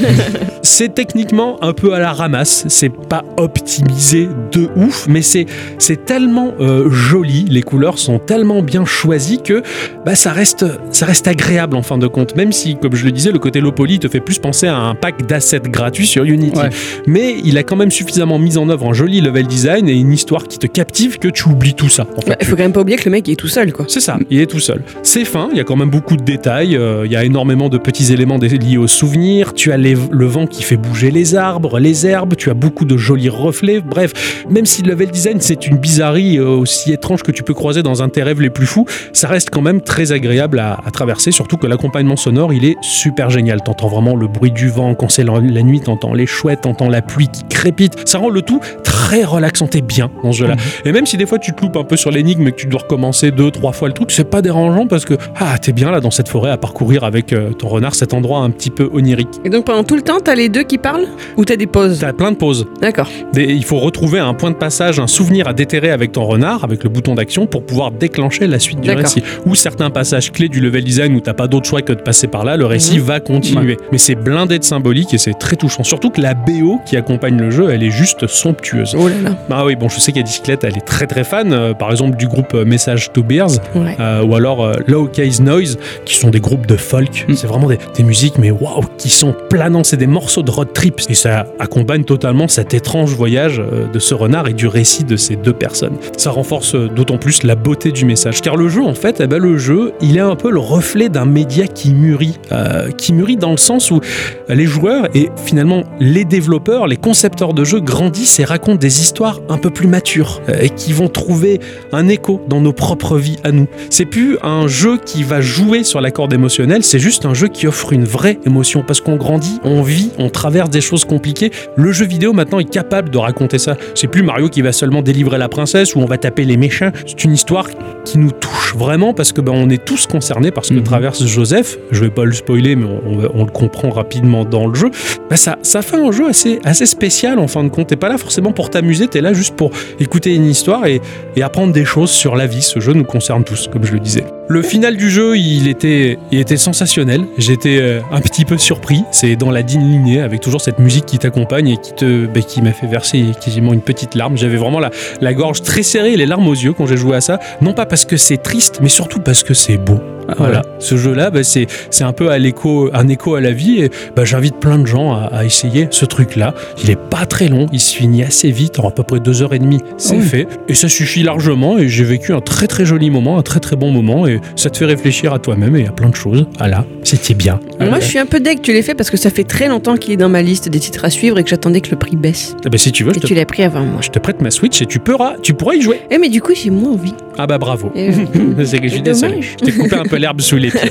Speaker 2: c'est techniquement un peu à la ramasse, c'est pas optimisé de ouf, mais c'est c'est tellement euh, joli, les couleurs sont tellement bien choisies que bah, ça, reste, ça reste agréable en fin de compte, même si, comme je le disais, le côté low poly te fait plus penser à un pack d'assets gratuits sur Unity.
Speaker 1: Ouais.
Speaker 2: Mais il a quand même suffisamment mis en œuvre un joli level design et une histoire qui te captive que tu oublies tout ça. En fait,
Speaker 3: Bah, Il faut quand même pas oublier que le mec il est tout seul, quoi.
Speaker 2: c'est ça, il est tout seul. C'est fin, il y a quand même beaucoup de détails, euh, il y a énormément de petits éléments dé- liés aux souvenirs, tu as les- le vent qui fait bouger les arbres, les herbes, tu as beaucoup de jolis reflets. reflets. Bref, même si le level design c'est une bizarrerie euh, aussi étrange que tu peux croiser dans un de tes rêves les plus fous, ça reste quand même très agréable à, à traverser, surtout que l'accompagnement sonore il est super génial. T'entends vraiment le bruit du vent quand c'est la, la nuit, t'entends les chouettes, t'entends la pluie qui crépite. Ça rend le tout très relaxant et bien dans ce jeu-là. Et même si des fois tu te loupes un peu sur l'énigme et que tu dois recommencer deux, trois fois le truc, c'est pas dérangeant parce que ah, t'es bien là dans cette forêt à parcourir avec euh, ton renard cet endroit un petit peu onirique.
Speaker 3: Et donc pendant tout le temps, t'as les deux qui parlent Ou t'as des pauses
Speaker 2: T'as plein de pauses.
Speaker 3: D'accord.
Speaker 2: Des- il faut retrouver un point de passage, un souvenir à déterrer avec ton renard, avec le bouton d'action pour pouvoir déclencher la suite du
Speaker 3: D'accord.
Speaker 2: récit. Ou certains passages clés du level design où t'as pas d'autre choix que de passer par là, le récit va continuer. Mais c'est blindé de symbolique et c'est très touchant. Surtout que la BO qui accompagne le jeu, elle est juste somptueuse.
Speaker 3: Oh là là.
Speaker 2: Bah oui, bon, je sais qu'à Bicyclette, elle est très très fan, euh, par exemple du groupe euh, Message to Bears,
Speaker 3: Ouais.
Speaker 2: euh, ou alors euh, Low Case Noise, qui sont des groupes de folk.
Speaker 1: Mm.
Speaker 2: C'est vraiment des, des musiques, mais waouh, qui sont planants, c'est des morceaux de road trip. Et ça accompagne totalement cet étrange voyage euh, de ce renard et du récit de ces deux personnes. Ça renforce euh, d'autant plus la beauté du message. Car le jeu, en fait, eh ben, le jeu, il est un peu le reflet d'un média qui mûrit. euh, qui mûrit dans le sens où les joueurs et finalement les développeurs, les concepteurs de jeux grandissent et racontent des histoires un peu plus matures euh, et qui vont trouver un écho dans nos propres vies à nous. C'est plus un jeu qui va jouer sur la corde émotionnelle, c'est juste un jeu qui offre une vraie émotion parce qu'on grandit, on vit, on traverse des choses compliquées. Le jeu vidéo maintenant est capable de raconter ça. C'est plus Mario qui va seulement délivrer la princesse ou on va taper les méchants. C'est une histoire qui nous touche vraiment parce que ben, on est tous concernés par ce que
Speaker 1: Mhm.
Speaker 2: traverse Joseph. Je vais pas le spoiler, mais on, on va- on le comprend rapidement dans le jeu. Ben, ça, ça fait un jeu assez, assez spécial en fin de compte. T'es pas là forcément pour t'amuser, t'es là juste pour écouter une histoire et, et apprendre des choses sur la vie. Ce jeu nous concerne tous, comme je le disais. Le final du jeu, il était, il était sensationnel. J'étais euh, un petit peu surpris. C'est dans la digne lignée, avec toujours cette musique qui t'accompagne et qui te, ben, qui m'a fait verser quasiment une petite larme. J'avais vraiment la, la gorge très serrée, et les larmes aux yeux quand j'ai joué à ça. Non pas parce que c'est triste, mais surtout parce que c'est beau.
Speaker 1: Ah,
Speaker 2: Voilà, ce jeu-là, bah, c'est c'est un peu à l'écho, un écho à la vie. Et bah, j'invite plein de gens à, à essayer ce truc-là. Il est pas très long, il se finit assez vite, en à peu près deux heures et demie. C'est
Speaker 1: Ah oui.
Speaker 2: fait, et ça suffit largement. Et j'ai vécu un très très joli moment, un très très bon moment. Et ça te fait réfléchir à toi-même et à plein de choses. Ah là, c'était bien.
Speaker 3: Moi, je suis un peu deg que tu l'aies fait parce que ça fait très longtemps qu'il est dans ma liste des titres à suivre et que j'attendais que le prix baisse.
Speaker 2: Ah bah, si tu veux, je
Speaker 3: Et
Speaker 2: te,
Speaker 3: tu l'as pris avant moi.
Speaker 2: je te prête ma Switch et tu pourras, tu pourras y jouer.
Speaker 3: Eh, mais du coup, j'ai moins envie.
Speaker 2: Ah bah bravo.
Speaker 3: Eh oui.
Speaker 2: c'est que je suis
Speaker 3: Dommage.
Speaker 2: désolé. Je t'ai coupé un peu l'herbe sous les pieds.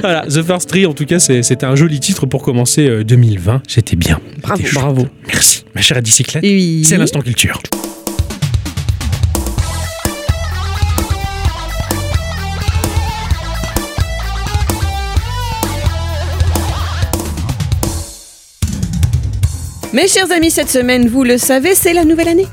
Speaker 2: voilà, The First Tree, en tout cas, c'est- c'était un joli titre pour commencer euh, 2020. C'était bien.
Speaker 3: Bravo.
Speaker 2: C'était chouette.
Speaker 3: Bravo.
Speaker 2: Merci, ma chère bicyclette.
Speaker 3: Et oui.
Speaker 2: C'est l'instant culture.
Speaker 3: Mes chers amis, cette semaine, vous le savez, c'est la nouvelle année.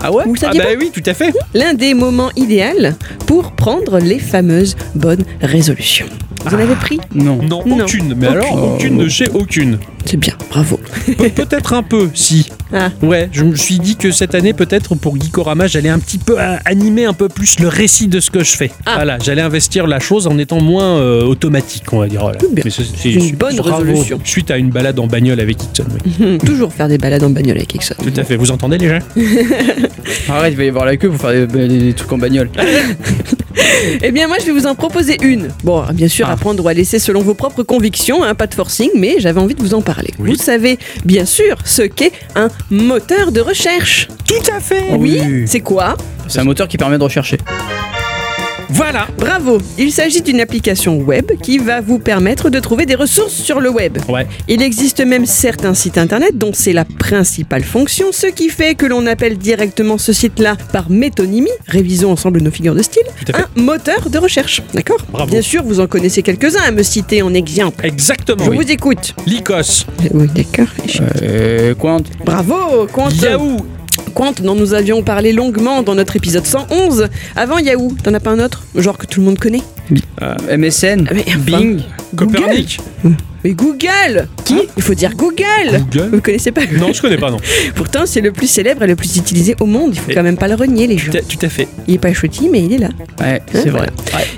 Speaker 1: Ah ouais
Speaker 3: Vous le
Speaker 2: Ah
Speaker 3: saviez
Speaker 2: bah oui, tout à fait.
Speaker 3: pas L'un des moments idéaux pour prendre les fameuses bonnes résolutions. Vous
Speaker 2: Ah.
Speaker 3: en avez pris
Speaker 1: Non.
Speaker 2: Non,
Speaker 3: Non.
Speaker 2: aucune. Mais alors, aucune de chez aucune.
Speaker 3: C'est bien, bravo.
Speaker 2: Pe- peut-être un peu, si.
Speaker 3: Ah.
Speaker 2: Ouais, je me suis dit que cette année, peut-être pour Geekorama, j'allais un petit peu euh, animer un peu plus le récit de ce que je fais.
Speaker 3: Ah.
Speaker 2: Voilà, j'allais investir la chose en étant moins euh, automatique, on va dire. Voilà.
Speaker 3: Tout bien.
Speaker 2: Mais ça, c'est
Speaker 3: Une
Speaker 2: c'est-
Speaker 3: bonne
Speaker 2: bravo.
Speaker 3: résolution.
Speaker 2: Suite à une balade en bagnole avec Hickson, oui.
Speaker 3: Hum, Toujours faire des balades en bagnole avec Ixon.
Speaker 2: Mm. Tout à fait, vous entendez les gens
Speaker 1: Arrête, il va y avoir la queue pour faire des, des- des trucs en bagnole.
Speaker 3: Eh bien, moi, je vais vous en proposer une. Bon, bien sûr,
Speaker 1: Ah.
Speaker 3: à prendre ou à laisser selon vos propres convictions, hein, pas de forcing, mais j'avais envie de vous en parler.
Speaker 2: Oui.
Speaker 3: Vous savez, bien sûr, ce qu'est un moteur de recherche.
Speaker 2: Tout à fait
Speaker 1: Oh
Speaker 3: oui,
Speaker 1: oui.
Speaker 3: c'est quoi
Speaker 1: C'est un moteur qui permet de rechercher.
Speaker 2: Voilà
Speaker 3: Bravo Il s'agit d'une application web qui va vous permettre de trouver des ressources sur le web.
Speaker 2: Ouais,
Speaker 3: Il existe même certains sites internet dont c'est la principale fonction, ce qui fait que l'on appelle directement ce site-là par métonymie, révisons ensemble nos figures de style,
Speaker 2: tout à fait.
Speaker 3: un moteur de recherche. D'accord
Speaker 2: Bravo.
Speaker 3: Bien sûr, vous en connaissez quelques-uns à me citer en exemple.
Speaker 2: Exactement.
Speaker 3: Je
Speaker 2: Oui.
Speaker 3: vous écoute.
Speaker 2: Lycos,
Speaker 3: Eh Oui, d'accord.
Speaker 1: Euh, Quant
Speaker 3: Bravo, Quant.
Speaker 2: Yahoo,
Speaker 3: Quant, dont nous avions parlé longuement dans notre épisode 111. Avant Yahoo, t'en as pas un autre Genre que tout le monde connaît
Speaker 1: MSN,
Speaker 3: Ah, mais enfin,
Speaker 1: Bing,
Speaker 2: Copernic.
Speaker 3: Mais Google Qui Il faut dire Google Vous
Speaker 2: Google
Speaker 3: connaissez pas
Speaker 2: Non, je connais pas, non.
Speaker 3: Pourtant, c'est le plus célèbre et le plus utilisé au monde. Il faut
Speaker 2: Et-
Speaker 3: quand même pas le renier, les gens.
Speaker 2: Tout à- tout à fait.
Speaker 3: Il est pas chouetti, mais il est là.
Speaker 1: Ouais, c'est vrai.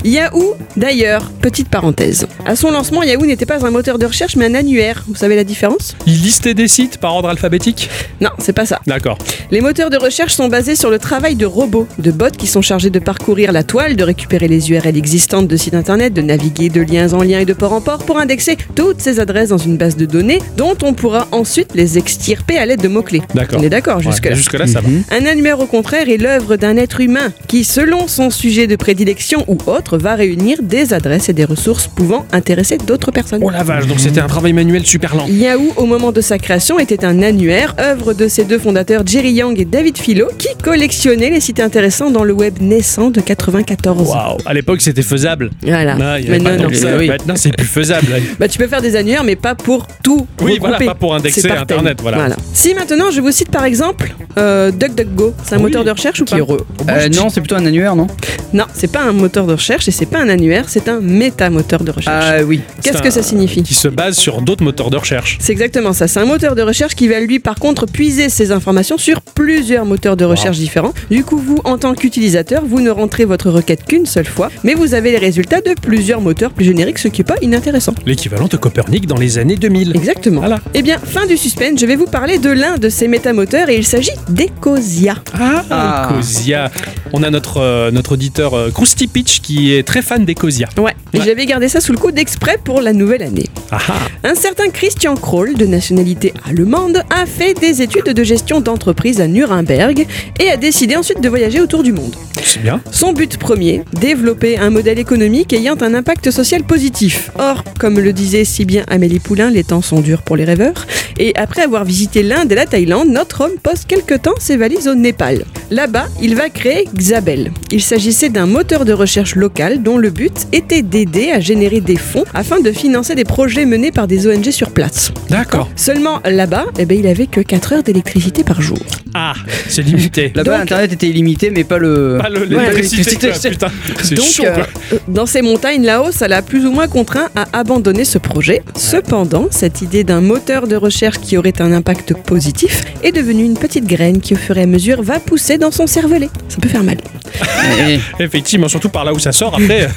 Speaker 3: Yahoo, d'ailleurs, petite parenthèse. À son lancement, Yahoo n'était pas un moteur de recherche, mais un annuaire. Vous savez la différence
Speaker 2: Il listait des sites par ordre alphabétique
Speaker 3: Non, c'est pas ça.
Speaker 2: D'accord.
Speaker 3: Les moteurs de recherche sont basés sur le travail de robots, de bots qui sont chargés de parcourir la toile, de récupérer les URL existantes de sites internet, de naviguer de liens en liens et de port en port pour indexer tout toutes ces adresses dans une base de données dont on pourra ensuite les extirper à l'aide de mots-clés.
Speaker 2: D'accord.
Speaker 3: On est d'accord jusque-là.
Speaker 2: Ouais, Jusque-là, ça va.
Speaker 1: Mhm.
Speaker 3: Un annuaire, au contraire, est l'œuvre d'un être humain qui, selon son sujet de prédilection ou autre, va réunir des adresses et des ressources pouvant intéresser d'autres personnes.
Speaker 2: Oh la vache, donc c'était un travail manuel super lent.
Speaker 3: Yahoo, au moment de sa création, était un annuaire, œuvre de ses deux fondateurs Jerry Yang et David Philo, qui collectionnaient les sites intéressants dans le web naissant de 94.
Speaker 2: Waouh, à l'époque c'était faisable.
Speaker 3: Voilà.
Speaker 2: Ah, il y
Speaker 3: Mais
Speaker 2: avait pas
Speaker 3: non,
Speaker 2: tant
Speaker 3: non.
Speaker 2: que ça.
Speaker 1: oui.
Speaker 2: Maintenant c'est plus faisable. hein,
Speaker 3: Bah, tu peux faire des annuaires, mais pas pour tout.
Speaker 2: Oui,
Speaker 3: regrouper.
Speaker 2: voilà, pas pour indexer
Speaker 3: C'est par thème.
Speaker 2: Internet, voilà.
Speaker 3: Si maintenant je vous cite par exemple euh, DuckDuckGo, c'est un
Speaker 2: Oui,
Speaker 3: moteur de recherche ou pas
Speaker 1: Qui re- Euh, non, c'est plutôt un annuaire, non
Speaker 3: Non, c'est pas un moteur de recherche et c'est pas un annuaire, c'est un méta-moteur de recherche.
Speaker 1: Ah oui.
Speaker 3: Qu'est-ce
Speaker 2: c'est
Speaker 3: que
Speaker 2: un-
Speaker 3: ça signifie
Speaker 2: Qui se base sur d'autres moteurs de recherche.
Speaker 3: C'est exactement ça. C'est un moteur de recherche qui va lui, par contre, puiser ses informations sur plusieurs moteurs de recherche différents. Du coup, vous, en tant qu'utilisateur, vous ne rentrez votre requête qu'une seule fois, mais vous avez les résultats de plusieurs moteurs plus génériques, ce qui n'est pas inintéressant.
Speaker 2: L'équivalent de Copernic dans les années 2000.
Speaker 3: Exactement.
Speaker 2: Voilà.
Speaker 3: Eh bien, fin du suspense, je vais vous parler de l'un de ces métamoteurs et il s'agit d'Ecosia.
Speaker 2: Ah,
Speaker 1: Ah.
Speaker 2: Ecosia. On a notre, euh, notre auditeur euh, Krusty Pitch qui est très fan d'Ecosia.
Speaker 3: Ouais,
Speaker 2: Ouais.
Speaker 3: j'avais gardé ça sous le coude exprès pour la nouvelle année.
Speaker 2: Ah ah.
Speaker 3: Un certain Christian Kroll, de nationalité allemande, a fait des études de gestion d'entreprise à Nuremberg et a décidé ensuite de voyager autour du monde.
Speaker 2: c'est bien.
Speaker 3: Son but premier, développer un modèle économique ayant un impact social positif. Or, comme le disait si bien Amélie Poulain, les temps sont durs pour les rêveurs. Et après avoir visité l'Inde et la Thaïlande, notre homme poste quelque temps ses valises au Népal. Là-bas, il va créer Xabel. Il s'agissait d'un moteur de recherche local dont le but était d'aider à générer des fonds afin de financer des projets menés par des ONG sur place.
Speaker 2: D'accord.
Speaker 3: Seulement là-bas, eh ben, il avait que 4 heures d'électricité par jour.
Speaker 2: Ah, c'est limité.
Speaker 1: Là-bas,
Speaker 3: Donc-
Speaker 1: Internet était illimité, mais pas le.
Speaker 2: Pas le-
Speaker 1: Ouais,
Speaker 2: l'électricité,
Speaker 1: l'électricité,
Speaker 2: quoi, putain. C'est
Speaker 3: Donc,
Speaker 2: chaud,
Speaker 3: euh,
Speaker 2: quoi.
Speaker 3: euh, dans ces montagnes là-haut, ça l'a plus ou moins contraint à abandonner ce projet. Cependant, cette idée d'un moteur de recherche qui aurait un impact positif est devenue une petite graine qui, au fur et à mesure, va pousser dans son cervelet. Ça peut faire mal.
Speaker 1: Eh,
Speaker 2: Effectivement, surtout par là où ça sort après.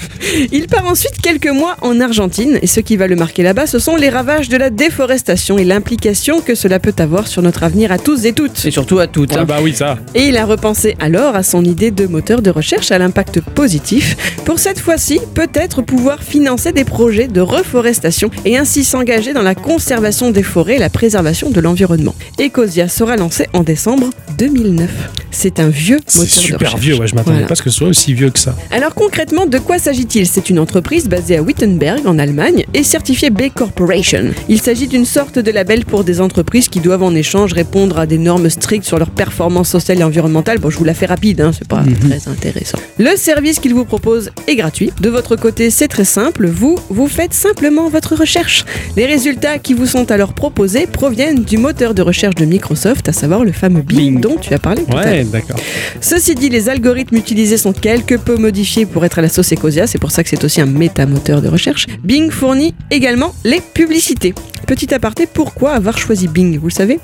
Speaker 3: Il part ensuite quelques mois en Argentine, et ce qui va le marquer là-bas, ce sont les ravages de la déforestation et l'implication que cela peut avoir sur notre avenir à tous et toutes.
Speaker 1: Et surtout à toutes.
Speaker 2: Ah
Speaker 1: hein.
Speaker 2: bah oui, ça.
Speaker 3: Et il a repensé alors à son idée de moteur de recherche à l'impact positif pour cette fois-ci peut-être pouvoir financer des projets de reforestation et ainsi s'engager dans la conservation des forêts et la préservation de l'environnement. Ecosia sera lancé en décembre 2009. C'est un vieux
Speaker 2: C'est
Speaker 3: moteur de
Speaker 2: super
Speaker 3: recherche.
Speaker 2: vieux, ouais, je m'attendais
Speaker 3: Voilà.
Speaker 2: pas à ce que ce soit aussi vieux que ça.
Speaker 3: Alors concrètement, de quoi s'agit-il C'est une entreprise basée à Wittenberg en Allemagne et certifiée B Corporation. Il s'agit d'une sorte de label pour des entreprises qui doivent en échange répondre à des normes strictes sur leur performance sociale et environnementale. Bon, je vous la fais rapide, hein, c'est pas très intéressant. Le service qu'il vous propose est gratuit. De votre côté, c'est très simple. Vous, vous faites simplement votre recherche. Les résultats qui vous sont alors proposés proviennent du moteur de recherche de Microsoft, à savoir le fameux Bing,
Speaker 1: Bing.
Speaker 3: dont tu as parlé tout à l'heure.
Speaker 2: Ouais, d'accord.
Speaker 3: Ceci dit, les algorithmes utilisés sont quelque peu modifiés pour être à la sauce Ecosia, c'est pour ça que c'est aussi un métamoteur de recherche. Bing fournit également les publicités. Petit aparté, pourquoi avoir choisi Bing Vous le savez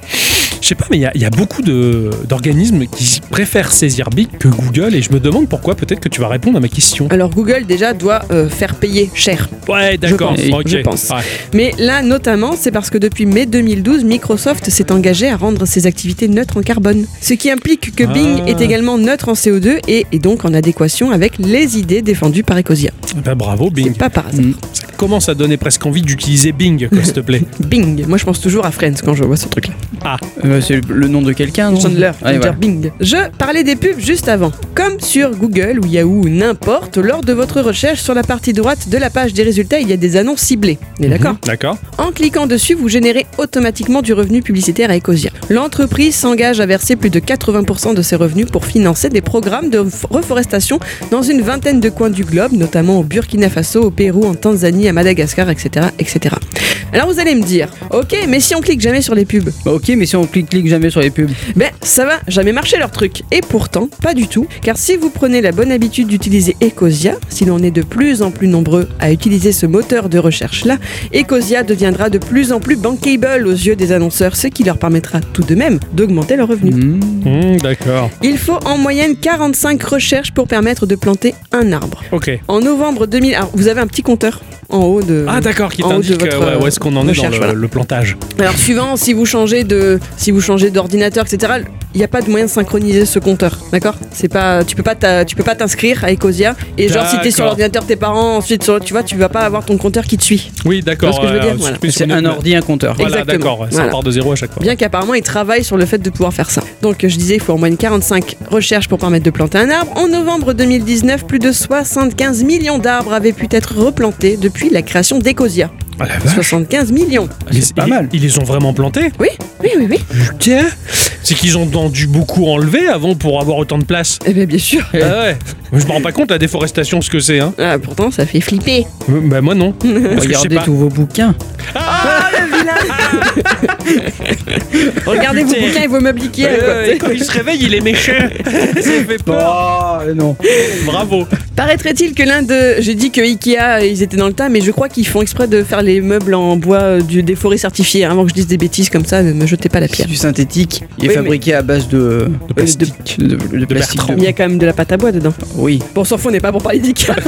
Speaker 2: Je sais pas, mais il y a- il y, a beaucoup de- d'organismes qui préfèrent saisir Big que Google et je me demande pourquoi. Peut-être que tu vas répondre à ma question.
Speaker 3: Alors Google déjà doit euh, faire payer cher.
Speaker 2: Ouais, d'accord.
Speaker 1: pense,
Speaker 2: ok. Ah,
Speaker 3: je pense.
Speaker 2: Ouais.
Speaker 3: Mais là notamment, c'est parce que depuis mai 2012, Microsoft s'est engagé à rendre ses activités neutres en carbone. Ce qui implique que Bing
Speaker 2: Ah.
Speaker 3: est également neutre en CO2 et est donc en adéquation avec les idées défendues par Ecosia.
Speaker 2: Bah, bravo Bing.
Speaker 3: C'est pas par hasard.
Speaker 1: Mm.
Speaker 2: Ça commence à donner presque envie d'utiliser Bing, quoi, s'il te plaît.
Speaker 3: Bing, moi je pense toujours à Friends quand je vois ce truc-là.
Speaker 1: Euh, c'est le- le nom de quelqu'un, non
Speaker 3: Chandler,
Speaker 1: Ouais,
Speaker 3: Peter
Speaker 1: voilà.
Speaker 3: Bing. Je parlais des pubs juste avant. Comme sur Google ou Yahoo ou n'importe, lors de votre recherche sur la partie droite de la page des résultats, il y a des annonces ciblées. On
Speaker 2: Mhm.
Speaker 3: est d'accord
Speaker 2: D'accord.
Speaker 3: En cliquant dessus, vous générez automatiquement du revenu publicitaire à Ecosia. L'entreprise s'engage à verser plus de 80% de ses revenus pour financer des programmes de f- reforestation dans une vingtaine de coins du globe, notamment au Burkina Faso, au Pérou, en Tanzanie, à Madagascar, etc. etc. Alors vous allez me dire, ok, mais si on clique jamais sur les pubs,
Speaker 1: Bah, ok, mais si on clique, clique jamais sur les pubs.
Speaker 3: ben, ça va jamais marcher leur truc. Et pourtant, pas du tout. Car si vous prenez la bonne habitude d'utiliser Ecosia, si l'on est de plus en plus nombreux à utiliser ce moteur de recherche-là, Ecosia deviendra de plus en plus bankable aux yeux des annonceurs, ce qui leur permettra tout de même d'augmenter leurs revenus.
Speaker 1: Mmh.
Speaker 2: Hmm, d'accord.
Speaker 3: Il faut en moyenne 45 recherches pour permettre de planter un arbre.
Speaker 2: Ok.
Speaker 3: En novembre 2000, alors, vous avez un petit compteur en haut de...
Speaker 2: Ah d'accord, qui
Speaker 3: Euh, en haut de
Speaker 2: t'indique
Speaker 3: votre,
Speaker 2: euh, ouais, où est-ce qu'on en est dans
Speaker 3: recherche,
Speaker 2: le,
Speaker 3: voilà.
Speaker 2: le plantage.
Speaker 3: Alors suivant si vous changez de si vous changez d'ordinateur etc. il n'y a pas de moyen de synchroniser ce compteur, d'accord C'est pas, tu peux pas, t'a- tu peux pas t'inscrire à Ecosia et genre si t'es sur
Speaker 2: D'accord.
Speaker 3: l'ordinateur de tes parents, ensuite sur- tu vois, tu vas pas avoir ton compteur qui te suit.
Speaker 2: Oui, d'accord.
Speaker 3: Tu vois ce que je veux
Speaker 2: euh,
Speaker 3: dire Voilà.
Speaker 2: plus
Speaker 1: C'est
Speaker 2: une
Speaker 1: un
Speaker 2: autre-
Speaker 1: ordi, un compteur.
Speaker 2: Voilà,
Speaker 3: Exactement.
Speaker 2: d'accord. Ça
Speaker 3: Voilà.
Speaker 2: part de zéro à chaque fois.
Speaker 3: Bien qu'apparemment ils travaillent sur le fait de pouvoir faire ça. Donc je disais, il faut au moins 45 recherches pour permettre de planter un arbre. En novembre 2019, plus de 75 millions d'arbres avaient pu être replantés depuis la création d'Ecosia.
Speaker 2: Ah, la vache.
Speaker 3: 75 millions.
Speaker 2: Mais
Speaker 1: C'est pas
Speaker 2: ils-
Speaker 1: mal.
Speaker 2: Ils les ont vraiment plantés
Speaker 3: Oui, oui, oui, oui.
Speaker 2: Putain C'est qu'ils ont dans- dû beaucoup enlever avant pour avoir autant de place.
Speaker 3: Eh bien bien sûr.
Speaker 2: Ah ouais Je me rends pas compte la déforestation ce que c'est hein.
Speaker 3: Ah, pourtant ça fait flipper.
Speaker 2: Euh, Bah moi non. Parce que je sais
Speaker 1: Regardez
Speaker 2: pas.
Speaker 1: tous vos bouquins.
Speaker 2: Ah,
Speaker 3: Regardez vos
Speaker 2: Putain.
Speaker 3: bouquins et vos meubles Ikea.
Speaker 2: Ouais,
Speaker 3: quoi.
Speaker 2: ouais, et quand il se réveille, il est méchant. Ça fait peur.
Speaker 1: Oh, non.
Speaker 2: Bravo.
Speaker 3: Paraîtrait-il que l'un de. J'ai dit que Ikea, ils étaient dans le tas, mais je crois qu'ils font exprès de faire les meubles en bois euh, du, des forêts certifiées. hein, Avant que je dise des bêtises comme ça, ne me jetez pas la
Speaker 1: C'est
Speaker 3: pierre.
Speaker 1: du synthétique. Il est
Speaker 3: Oui,
Speaker 1: fabriqué à base de.
Speaker 2: De plastique.
Speaker 1: euh, De, de- de plastique.
Speaker 2: Bertrand.
Speaker 1: de-
Speaker 3: Il y a quand même de la pâte à bois dedans.
Speaker 1: Oui.
Speaker 3: Bon, s'en fout, on n'est pas pour parler d'Ikea.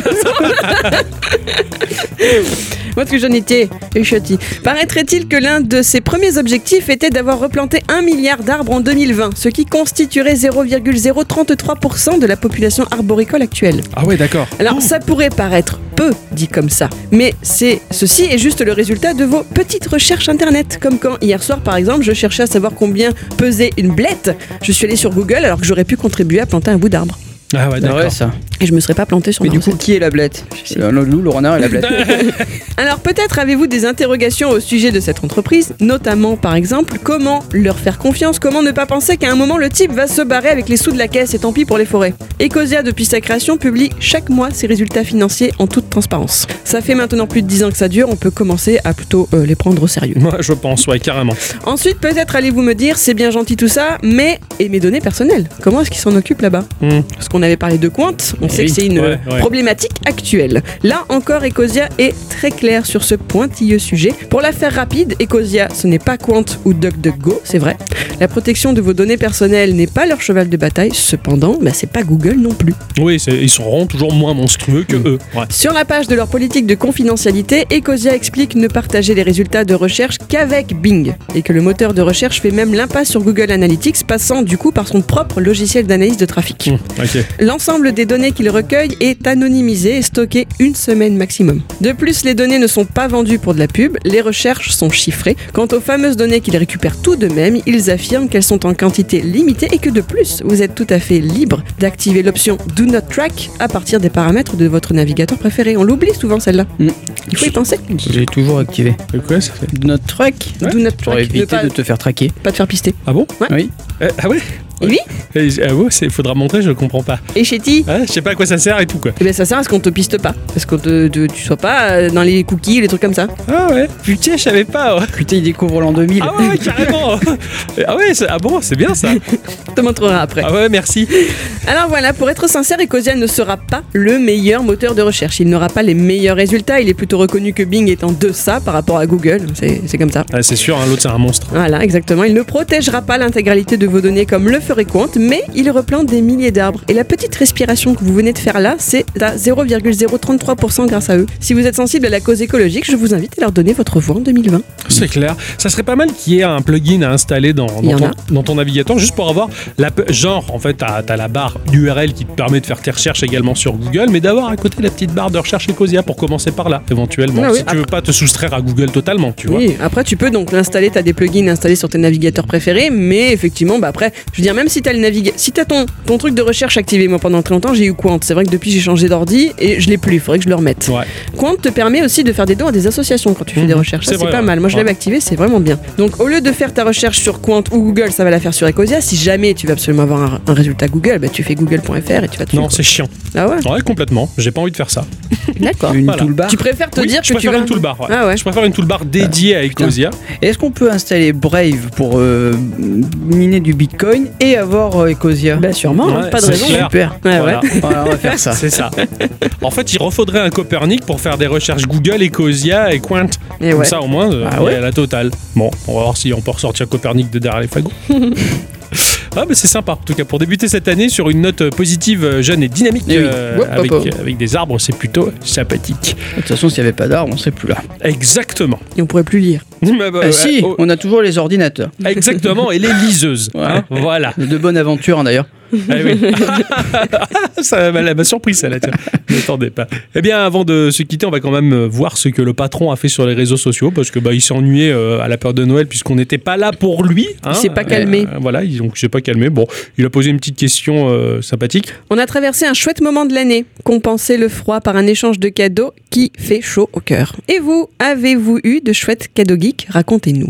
Speaker 3: Moi, ce que j'en étais, et châti. Paraîtrait-il que l'un de ses premiers objectifs était d'avoir replanté un milliard d'arbres en 2020, ce qui constituerait 0,033% de la population arboricole actuelle.
Speaker 2: Ah ouais, d'accord.
Speaker 3: Alors ça pourrait paraître peu dit comme ça, mais c'est ceci est juste le résultat de vos petites recherches internet. Comme quand hier soir par exemple, je cherchais à savoir combien pesait une blette, je suis allée sur Google alors que j'aurais pu contribuer à planter un bout d'arbre
Speaker 2: Ah ouais,
Speaker 1: C'est
Speaker 2: d'accord.
Speaker 1: vrai ça.
Speaker 3: et je me serais pas plantée sur
Speaker 1: Mais
Speaker 3: ma
Speaker 1: du
Speaker 3: recette.
Speaker 1: coup, qui est la blette Euh, Le le loup, le renard et la blette.
Speaker 3: Alors peut-être avez-vous des interrogations au sujet de cette entreprise, notamment par exemple comment leur faire confiance, comment ne pas penser qu'à un moment le type va se barrer avec les sous de la caisse et tant pis pour les forêts. Ecosia depuis sa création publie chaque mois ses résultats financiers en toute transparence. Ça fait maintenant plus de 10 ans que ça dure, on peut commencer à plutôt euh, les prendre au sérieux.
Speaker 2: Moi, je pense, ouais, carrément.
Speaker 3: Ensuite peut-être allez-vous me dire c'est bien gentil tout ça, mais et mes données personnelles, comment est-ce qu'ils s'en occupent là-bas
Speaker 2: Hmm.
Speaker 3: parce qu'on avait parlé de Quant, on sait
Speaker 1: oui,
Speaker 3: que c'est une
Speaker 2: Eh ouais, ouais.
Speaker 3: problématique actuelle. Là encore, Ecosia est très clair sur ce pointilleux sujet. Pour la faire rapide, Ecosia, ce n'est pas Quant ou DuckDuckGo, c'est vrai. La protection de vos données personnelles n'est pas leur cheval de bataille, cependant, bah, c'est pas Google non plus.
Speaker 2: Oui, c'est- ils seront toujours moins monstrueux que eux. Hum. Ouais.
Speaker 3: Sur la page de leur politique de confidentialité, Ecosia explique ne partager les résultats de recherche qu'avec Bing et que le moteur de recherche fait même l'impasse sur Google Analytics, passant du coup par son propre logiciel d'analyse de trafic.
Speaker 2: Hmm, Ok.
Speaker 3: L'ensemble des données qu'il recueille est anonymisé et stocké une semaine maximum. De plus, les données ne sont pas vendues pour de la pub, les recherches sont chiffrées. Quant aux fameuses données qu'ils récupèrent tout de même, ils affirment qu'elles sont en quantité limitée et que de plus, vous êtes tout à fait libre d'activer l'option Do Not Track à partir des paramètres de votre navigateur préféré. On l'oublie souvent celle-là.
Speaker 1: Mm.
Speaker 3: Il faut y penser.
Speaker 1: Je l'ai toujours activé.
Speaker 2: Quoi, ça fait
Speaker 1: Notre track
Speaker 3: Do Not
Speaker 1: Pour
Speaker 3: Track, ne
Speaker 1: éviter
Speaker 3: pas,
Speaker 1: de te faire traquer.
Speaker 3: pas te faire pister.
Speaker 2: Ah bon
Speaker 1: Oui.
Speaker 2: Euh, Ah ouais
Speaker 3: Et oui
Speaker 2: Eh, Ah ouais, il faudra montrer, je comprends pas.
Speaker 3: Et Chetty
Speaker 2: Ah, je sais pas à quoi ça sert et tout, quoi.
Speaker 3: eh bien, ça sert à ce qu'on te piste pas, parce que te- te- tu sois pas euh, dans les cookies, les trucs comme ça.
Speaker 2: Ah ouais Putain, je savais pas. ouais.
Speaker 1: Putain, il découvre l'an 2000.
Speaker 2: Ah ouais, ouais, carrément. ah ouais, c'est- ah bon, c'est bien ça.
Speaker 3: Je te montrerai après.
Speaker 2: Ah ouais, merci.
Speaker 3: Alors voilà, pour être sincère, Ecosia ne sera pas le meilleur moteur de recherche. Il n'aura pas les meilleurs résultats. Il est plutôt reconnu que Bing est en deçà par rapport à Google. C'est c'est comme ça.
Speaker 2: Ah, c'est sûr, hein, l'autre c'est un monstre.
Speaker 3: Voilà, exactement. Il ne protégera pas l'intégralité de vos données comme le ferait Quant, mais il replante des milliers d'arbres. Et la petite respiration que vous venez de faire là, c'est à 0,033% grâce à eux. Si vous êtes sensible à la cause écologique, je vous invite à leur donner votre voix en 2020.
Speaker 2: C'est clair. Ça serait pas mal qu'il y ait un plugin à installer dans,
Speaker 3: Il y
Speaker 2: dans,
Speaker 3: en
Speaker 2: ton,
Speaker 3: a.
Speaker 2: dans ton navigateur, juste pour avoir la pe- genre. En fait, t'as as la barre URL qui te permet de faire tes recherches également sur Google, mais d'avoir à côté la petite barre de recherche Ecosia pour commencer par là, éventuellement.
Speaker 3: Ah oui,
Speaker 2: si tu veux pas te soustraire à Google totalement, tu vois.
Speaker 3: Oui, après tu peux donc l'installer, t'as des plugins installés sur tes navigateurs préférés, mais effectivement, bah après, je veux dire, même si t'as le naviga- si t'as ton, ton truc de recherche activé, moi pendant très longtemps j'ai eu Quant, c'est vrai que depuis j'ai changé d'ordi et je l'ai plus, il faudrait que je le remette.
Speaker 2: Ouais.
Speaker 3: Quant te permet aussi de faire des dons à des associations quand tu fais
Speaker 2: Mhm,
Speaker 3: des recherches, ça
Speaker 2: c'est
Speaker 3: c'est
Speaker 2: vrai,
Speaker 3: pas
Speaker 2: ouais.
Speaker 3: mal, moi je
Speaker 2: Ouais.
Speaker 3: l'avais activé, c'est vraiment bien. Donc au lieu de faire ta recherche sur Quant ou Google, ça va la faire sur Ecosia, si jamais tu veux absolument avoir un, un résultat Google, bah tu fais google.fr et tu vas te
Speaker 2: Non, c'est chiant.
Speaker 3: Ah ouais,
Speaker 2: Ouais, complètement. J'ai pas envie de faire ça.
Speaker 3: d'accord.
Speaker 1: Une
Speaker 2: Voilà.
Speaker 1: toolbar.
Speaker 3: Tu préfères te
Speaker 2: Oui,
Speaker 3: dire
Speaker 2: je
Speaker 3: que tu
Speaker 2: préfère
Speaker 3: vas...
Speaker 2: une toolbar. ouais.
Speaker 3: Ah ouais.
Speaker 2: Je préfère une toolbar dédiée à Ecosia.
Speaker 1: Est-ce qu'on peut installer Brave pour euh, miner du Bitcoin et avoir euh, Ecosia
Speaker 3: Bah sûrement, hein,
Speaker 2: Ouais,
Speaker 3: pas de
Speaker 2: c'est
Speaker 3: raison.
Speaker 2: clair.
Speaker 1: Super.
Speaker 3: Ah Ouais, ouais.
Speaker 2: Voilà.
Speaker 1: Voilà, on va faire ça.
Speaker 2: C'est ça. En fait, il refaudrait un Copernic pour faire des recherches Google, Ecosia et Quint.
Speaker 3: Et
Speaker 2: Comme
Speaker 3: ouais.
Speaker 2: ça, au moins, euh,
Speaker 1: Ah
Speaker 2: il y a
Speaker 1: ouais
Speaker 2: la totale. Bon, on va voir si on peut ressortir Copernic de derrière les fagots. Ah bah c'est sympa en tout cas pour débuter cette année sur une note positive, euh, jeune et dynamique
Speaker 1: Eh oui.
Speaker 2: euh,
Speaker 1: Hop, hop,
Speaker 2: avec,
Speaker 1: hop.
Speaker 2: avec des arbres, c'est plutôt sympathique.
Speaker 1: De toute façon, s'il n'y avait pas d'arbre, on serait plus là.
Speaker 2: Exactement.
Speaker 3: Et on pourrait plus lire.
Speaker 2: Bah, bah,
Speaker 1: Ah,
Speaker 2: ouais,
Speaker 1: si,
Speaker 2: oh,
Speaker 1: on a toujours les ordinateurs.
Speaker 2: exactement, et les liseuses. hein, voilà.
Speaker 1: De bonnes aventures, hein, d'ailleurs.
Speaker 2: Ah oui. ça m'a- m'a surpris ça là. tiens. Je m'attendais pas. Eh bien, avant de se quitter, on va quand même euh, voir ce que le patron a fait sur les réseaux sociaux parce que bah il s'ennuyait euh, à la période de Noël puisqu'on n'était pas là pour lui. hein.
Speaker 3: s'est pas calmé.
Speaker 2: Euh, voilà, il- donc il s'est pas calmé. Bon, il a posé une petite question euh, sympathique.
Speaker 3: On a traversé un chouette moment de l'année, compensé le froid par un échange de cadeaux qui fait chaud au cœur. Et vous, avez-vous eu de chouettes cadeaux geeks Racontez-nous.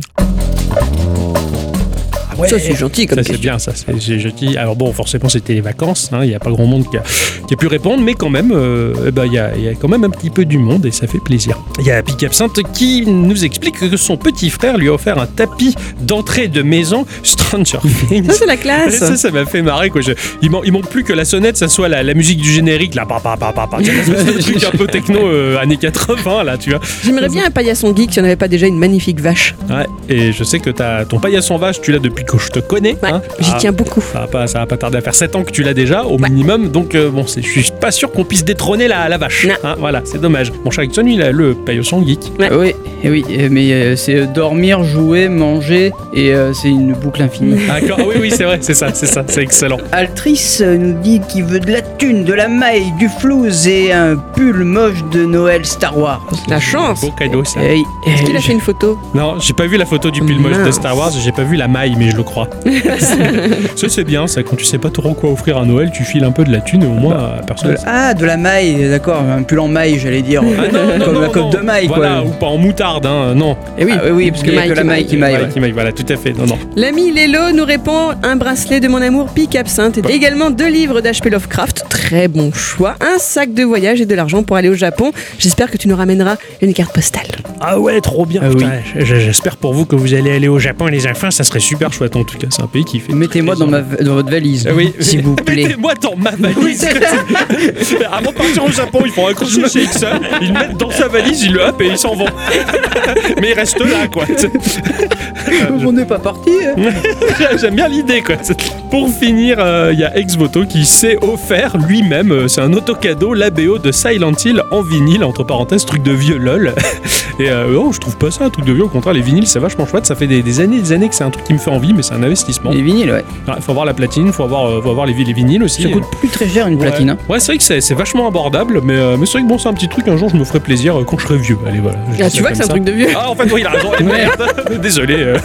Speaker 3: Ça c'est gentil comme
Speaker 2: Ça c'est
Speaker 3: question.
Speaker 2: bien, ça c'est c'est gentil. Alors bon, forcément c'était les vacances, hein, il n'y a pas grand monde qui a, qui a pu répondre, mais quand même, euh, eh ben, il y, a- il y a quand même un petit peu du monde et ça fait plaisir. Il y a Pic Absinthe qui nous explique que son petit frère lui a offert un tapis d'entrée de maison Stranger Things.
Speaker 3: Ça c'est la
Speaker 2: Ouais,
Speaker 3: classe.
Speaker 2: Ça, ça m'a fait marrer quoi. Je- Il, man- il manque plus que la sonnette, ça soit la, la musique du générique là, pa pa pa pa pa. Il y a une espèce de truc un peu techno euh, années 80 là, tu vois.
Speaker 3: J'aimerais bien un paillasson geek si on n'avait pas déjà une magnifique vache.
Speaker 2: Ouais, et je sais que t'as ton paillasson vache, tu l'as depuis que je te connais.
Speaker 3: Ouais,
Speaker 2: hein.
Speaker 3: j'y
Speaker 2: Ah,
Speaker 3: tiens beaucoup.
Speaker 2: Ça va, pas, ça va pas tarder à faire 7 ans que tu l'as déjà, au minimum. Donc, euh, bon, c'est- je suis pas sûr qu'on puisse détrôner la, la vache.
Speaker 3: Non.
Speaker 2: Hein, voilà, c'est dommage. Mon cher Jackson, il a le paillasson geek.
Speaker 3: Ouais.
Speaker 1: Ah Oui, eh oui, eh, mais euh, c'est euh, dormir, jouer, manger, et euh, c'est une boucle infinie.
Speaker 2: D'accord, Ah oui, oui, c'est vrai, c'est ça, c'est ça, c'est excellent.
Speaker 1: Altrice euh, nous dit qu'il veut de la thune, de la maille, du flouze et un pull moche de Noël Star Wars.
Speaker 3: La chance.
Speaker 2: Beau cadeau, ça.
Speaker 1: Eh oui, eh
Speaker 3: Est-ce qu'il a
Speaker 1: oui.
Speaker 3: fait une photo
Speaker 2: Non, j'ai pas vu la photo du pull
Speaker 3: Mince.
Speaker 2: moche de Star Wars, j'ai pas vu la maille, mais je le crois. ça, c'est bien, ça. Quand tu sais pas trop quoi offrir à Noël, tu files un peu de la thune et au moins, euh,
Speaker 1: De
Speaker 2: personne.
Speaker 1: la- Ah, de la maille, d'accord, un pull en maille, j'allais dire.
Speaker 2: Ah non, non,
Speaker 1: Comme
Speaker 2: non,
Speaker 1: la
Speaker 2: non.
Speaker 1: coque de maille,
Speaker 2: Voilà, ou
Speaker 1: quoi.
Speaker 2: pas en moutarde, hein, non.
Speaker 1: Eh oui,
Speaker 3: Ah,
Speaker 1: eh oui, parce qu'il y a
Speaker 3: maille
Speaker 1: que la
Speaker 3: qui
Speaker 1: maille qui maille.
Speaker 2: Voilà,
Speaker 1: ouais.
Speaker 2: qui maille, voilà, tout à fait. Non, non.
Speaker 3: L'ami Lélo nous répond un bracelet de mon amour Pic Absinthe
Speaker 2: Bah.
Speaker 3: et également deux livres d'H.P. Lovecraft, très bon choix, un sac de voyage et de l'argent pour aller au Japon. J'espère que tu nous ramèneras une carte postale.
Speaker 2: Ah ouais, trop bien.
Speaker 1: Ah
Speaker 2: Putain, j- J'espère pour vous que vous allez aller au Japon les enfants, ça serait super chouette en tout cas. C'est un pays qui fait.
Speaker 1: Mettez-moi dans, ma, dans votre valise,
Speaker 2: Ah oui.
Speaker 1: s'il vous plaît.
Speaker 2: Mettez-moi dans ma valise. Avant de partir au Japon, ils font un crochet chez Ixon, ils le mettent dans sa valise, ils le happent et ils s'en vont. Mais ils restent là, quoi.
Speaker 1: On n'est pas parti. hein.
Speaker 2: J'aime bien l'idée, quoi. Pour finir, euh, il y a Exvoto qui s'est offert lui-même, euh, c'est un autocadeau, la BO de Silent Hill en vinyle, entre parenthèses, truc de vieux lol. Et euh, oh, je trouve pas ça un truc de vieux, au contraire, les vinyles, c'est vachement chouette, ça fait des, des années et des années que c'est un truc qui me fait envie, mais c'est un investissement.
Speaker 1: Les vinyles, ouais.
Speaker 2: Ah, faut avoir la platine, faut avoir, euh, faut avoir les, vi- les vinyles aussi.
Speaker 1: Ça coûte plus très cher une
Speaker 2: Ouais.
Speaker 1: platine. hein.
Speaker 2: Ouais, c'est vrai que c'est c'est vachement abordable, mais, euh, mais c'est vrai que bon, c'est un petit truc, un jour je me ferai plaisir euh, quand je serai vieux. Allez, voilà. je dis
Speaker 3: Ah,
Speaker 2: ça
Speaker 3: tu vois
Speaker 2: comme
Speaker 3: que c'est un
Speaker 2: ça.
Speaker 3: truc de vieux.
Speaker 2: Ah, en fait, oui, il a raison. Merde, désolé. euh.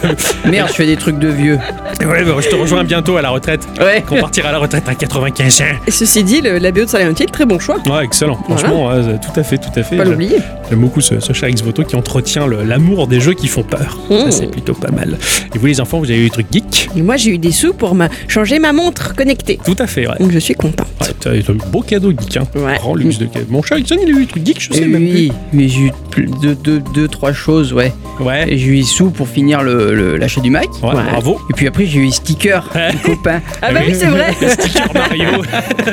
Speaker 1: Merde, je fais des trucs de vieux.
Speaker 2: Ouais, bah, je te rejoins bientôt à la retraite.
Speaker 1: Ouais.
Speaker 2: Qu'on partira à la retraite à 95 ans.
Speaker 3: Et ceci dit, le- la BO de Silent Hill, très bon choix.
Speaker 2: Ouais, excellent. Franchement, ouais, tout à fait, tout à fait. euh,
Speaker 3: Faut Pas l'oublier.
Speaker 2: J'aime beaucoup ce, ce cher X-Voto qui entretient le- l'amour des jeux qui font peur. Ça,
Speaker 3: Mmh.
Speaker 2: c'est plutôt pas mal. Et vous, les enfants, vous avez eu des trucs geeks
Speaker 3: Et moi, j'ai eu des sous pour ma- changer ma montre connectée.
Speaker 2: Tout à fait, ouais.
Speaker 3: Donc je suis contente.
Speaker 2: Ouais, t'as eu un beau cadeau geek, hein.
Speaker 3: Ouais.
Speaker 2: Grand luxe de cadeau. Mon cher Ixon, il a eu des trucs geeks, je sais
Speaker 1: Eh
Speaker 2: même
Speaker 1: oui, mais j'ai eu plus de deux, deux, trois choses, ouais.
Speaker 2: plus. Ouais.
Speaker 1: Et J'ai eu sous pour finir le- le- l'achat du Mac.
Speaker 2: Eh Ouais, bravo.
Speaker 1: Et puis après, j'ai eu sticker, du copain.
Speaker 3: Ah bah
Speaker 2: oui.
Speaker 3: oui, c'est vrai.
Speaker 2: Sticker Mario,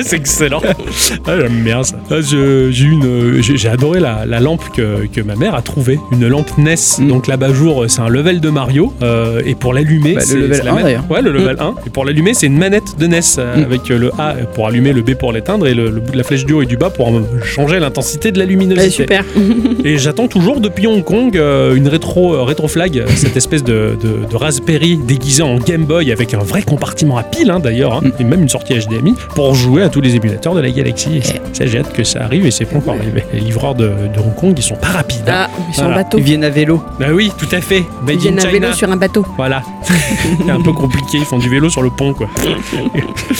Speaker 2: c'est excellent. Ah, J'aime bien ça. Ah, je- j'ai eu une, euh, j'ai j'ai adoré la, la lampe que, que ma mère a trouvée, une lampe NES.
Speaker 1: Mm.
Speaker 2: Donc là bas jour, c'est un level de Mario euh, et pour l'allumer,
Speaker 1: Bah, le
Speaker 2: c'est
Speaker 1: level
Speaker 2: c'est la
Speaker 1: 1,
Speaker 2: manette-
Speaker 1: d'ailleurs.
Speaker 2: Ouais, le level 1. Et pour l'allumer, c'est une manette de NES euh,
Speaker 1: Mm.
Speaker 2: avec euh, le A pour allumer, le B pour l'éteindre et le, le bout de la flèche du haut et du bas pour euh, changer l'intensité de la luminosité.
Speaker 3: Ouais, Ah, super.
Speaker 2: Et j'attends toujours depuis Hong Kong euh, une rétro, euh, rétro flag, euh, cette espèce de, de- de Raspberry déguisée en Game Boy avec un vrai compartiment à pile hein, d'ailleurs, hein,
Speaker 1: Mm.
Speaker 2: et même une sortie HDMI pour jouer à tous les émulateurs de la Galaxy. Et ça,
Speaker 1: Eh.
Speaker 2: ça, j'ai hâte que ça arrive et c'est pas encore arrivé. Les livreurs de, de Hong Kong ils sont pas rapides. hein.
Speaker 3: Ah, ils sont en
Speaker 2: Voilà.
Speaker 3: bateau.
Speaker 1: Ils viennent à vélo.
Speaker 2: Bah oui, tout à fait. Made
Speaker 3: Ah. Ils
Speaker 2: in
Speaker 3: viennent à
Speaker 2: China.
Speaker 3: vélo sur un bateau.
Speaker 2: Voilà. C'est un peu compliqué, ils font du vélo sur le pont, quoi.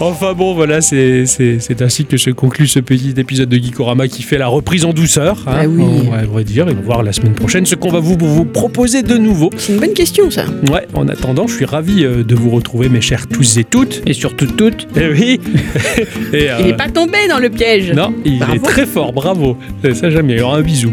Speaker 2: enfin bon, voilà, c'est c'est- c'est ainsi que se conclut ce petit épisode de Geekorama qui fait la reprise en douceur. hein,
Speaker 3: Bah oui.
Speaker 2: on va- on va dire, et on va voir la semaine prochaine ce qu'on va vous, vous proposer de nouveau.
Speaker 3: C'est une bonne question, ça.
Speaker 2: Ouais, en attendant, je suis ravi euh, de vous retrouver, mes chers tous et toutes.
Speaker 1: Et surtout toutes.
Speaker 2: Eh oui et, euh,
Speaker 3: Il n'est pas tombé dans le piège.
Speaker 2: Non, il
Speaker 3: Bravo.
Speaker 2: est très fort, bravo. Euh, Ça, j'aime bien. Il y aura un bisou.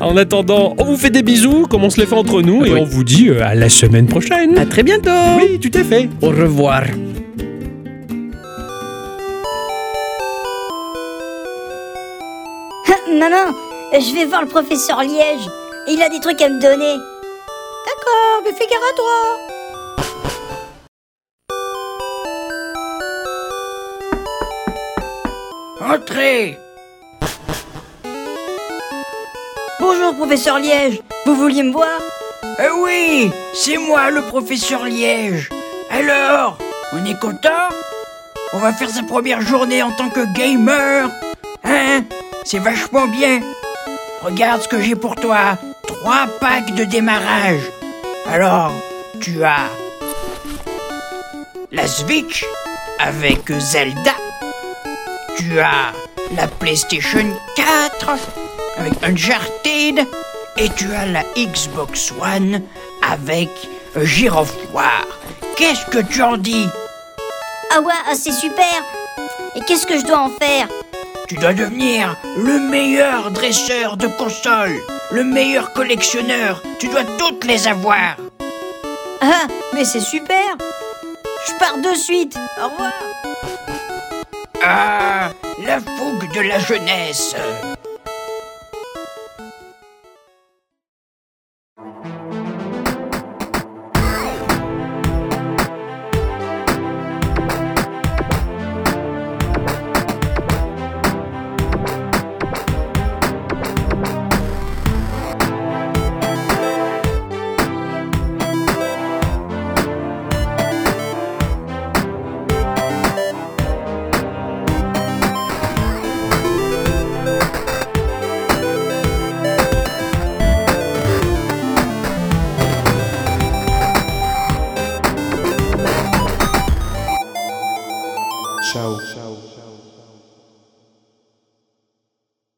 Speaker 2: En attendant, on vous fait des bisous, comme on se les fait entre nous, et
Speaker 1: Oui.
Speaker 2: on vous dit euh, à la semaine prochaine.
Speaker 3: À très bientôt.
Speaker 2: Oui, tout à fait.
Speaker 1: Au revoir.
Speaker 5: Maman, je vais voir le professeur Liège. Il a des trucs à me donner. D'accord, mais fais gare à toi.
Speaker 4: Entrez
Speaker 5: Bonjour, professeur Liège. Vous vouliez me voir
Speaker 4: Eh oui, c'est moi le professeur Liège. Alors, on est content On va faire sa première journée en tant que gamer. Hein C'est vachement bien. Regarde ce que j'ai pour toi. Trois packs de démarrage. Alors, tu as la Switch avec Zelda. Tu as la PlayStation 4 avec Uncharted et tu as la Xbox One avec euh, Girofoire. Qu'est-ce que tu en dis
Speaker 5: Ah ouais, ah, c'est super. Et qu'est-ce que je dois en faire
Speaker 4: Tu dois devenir le meilleur dresseur de consoles, le meilleur collectionneur. Tu dois toutes les avoir.
Speaker 5: Ah, mais c'est super. Je pars de suite. Au revoir.
Speaker 4: Ah, la fougue de la jeunesse.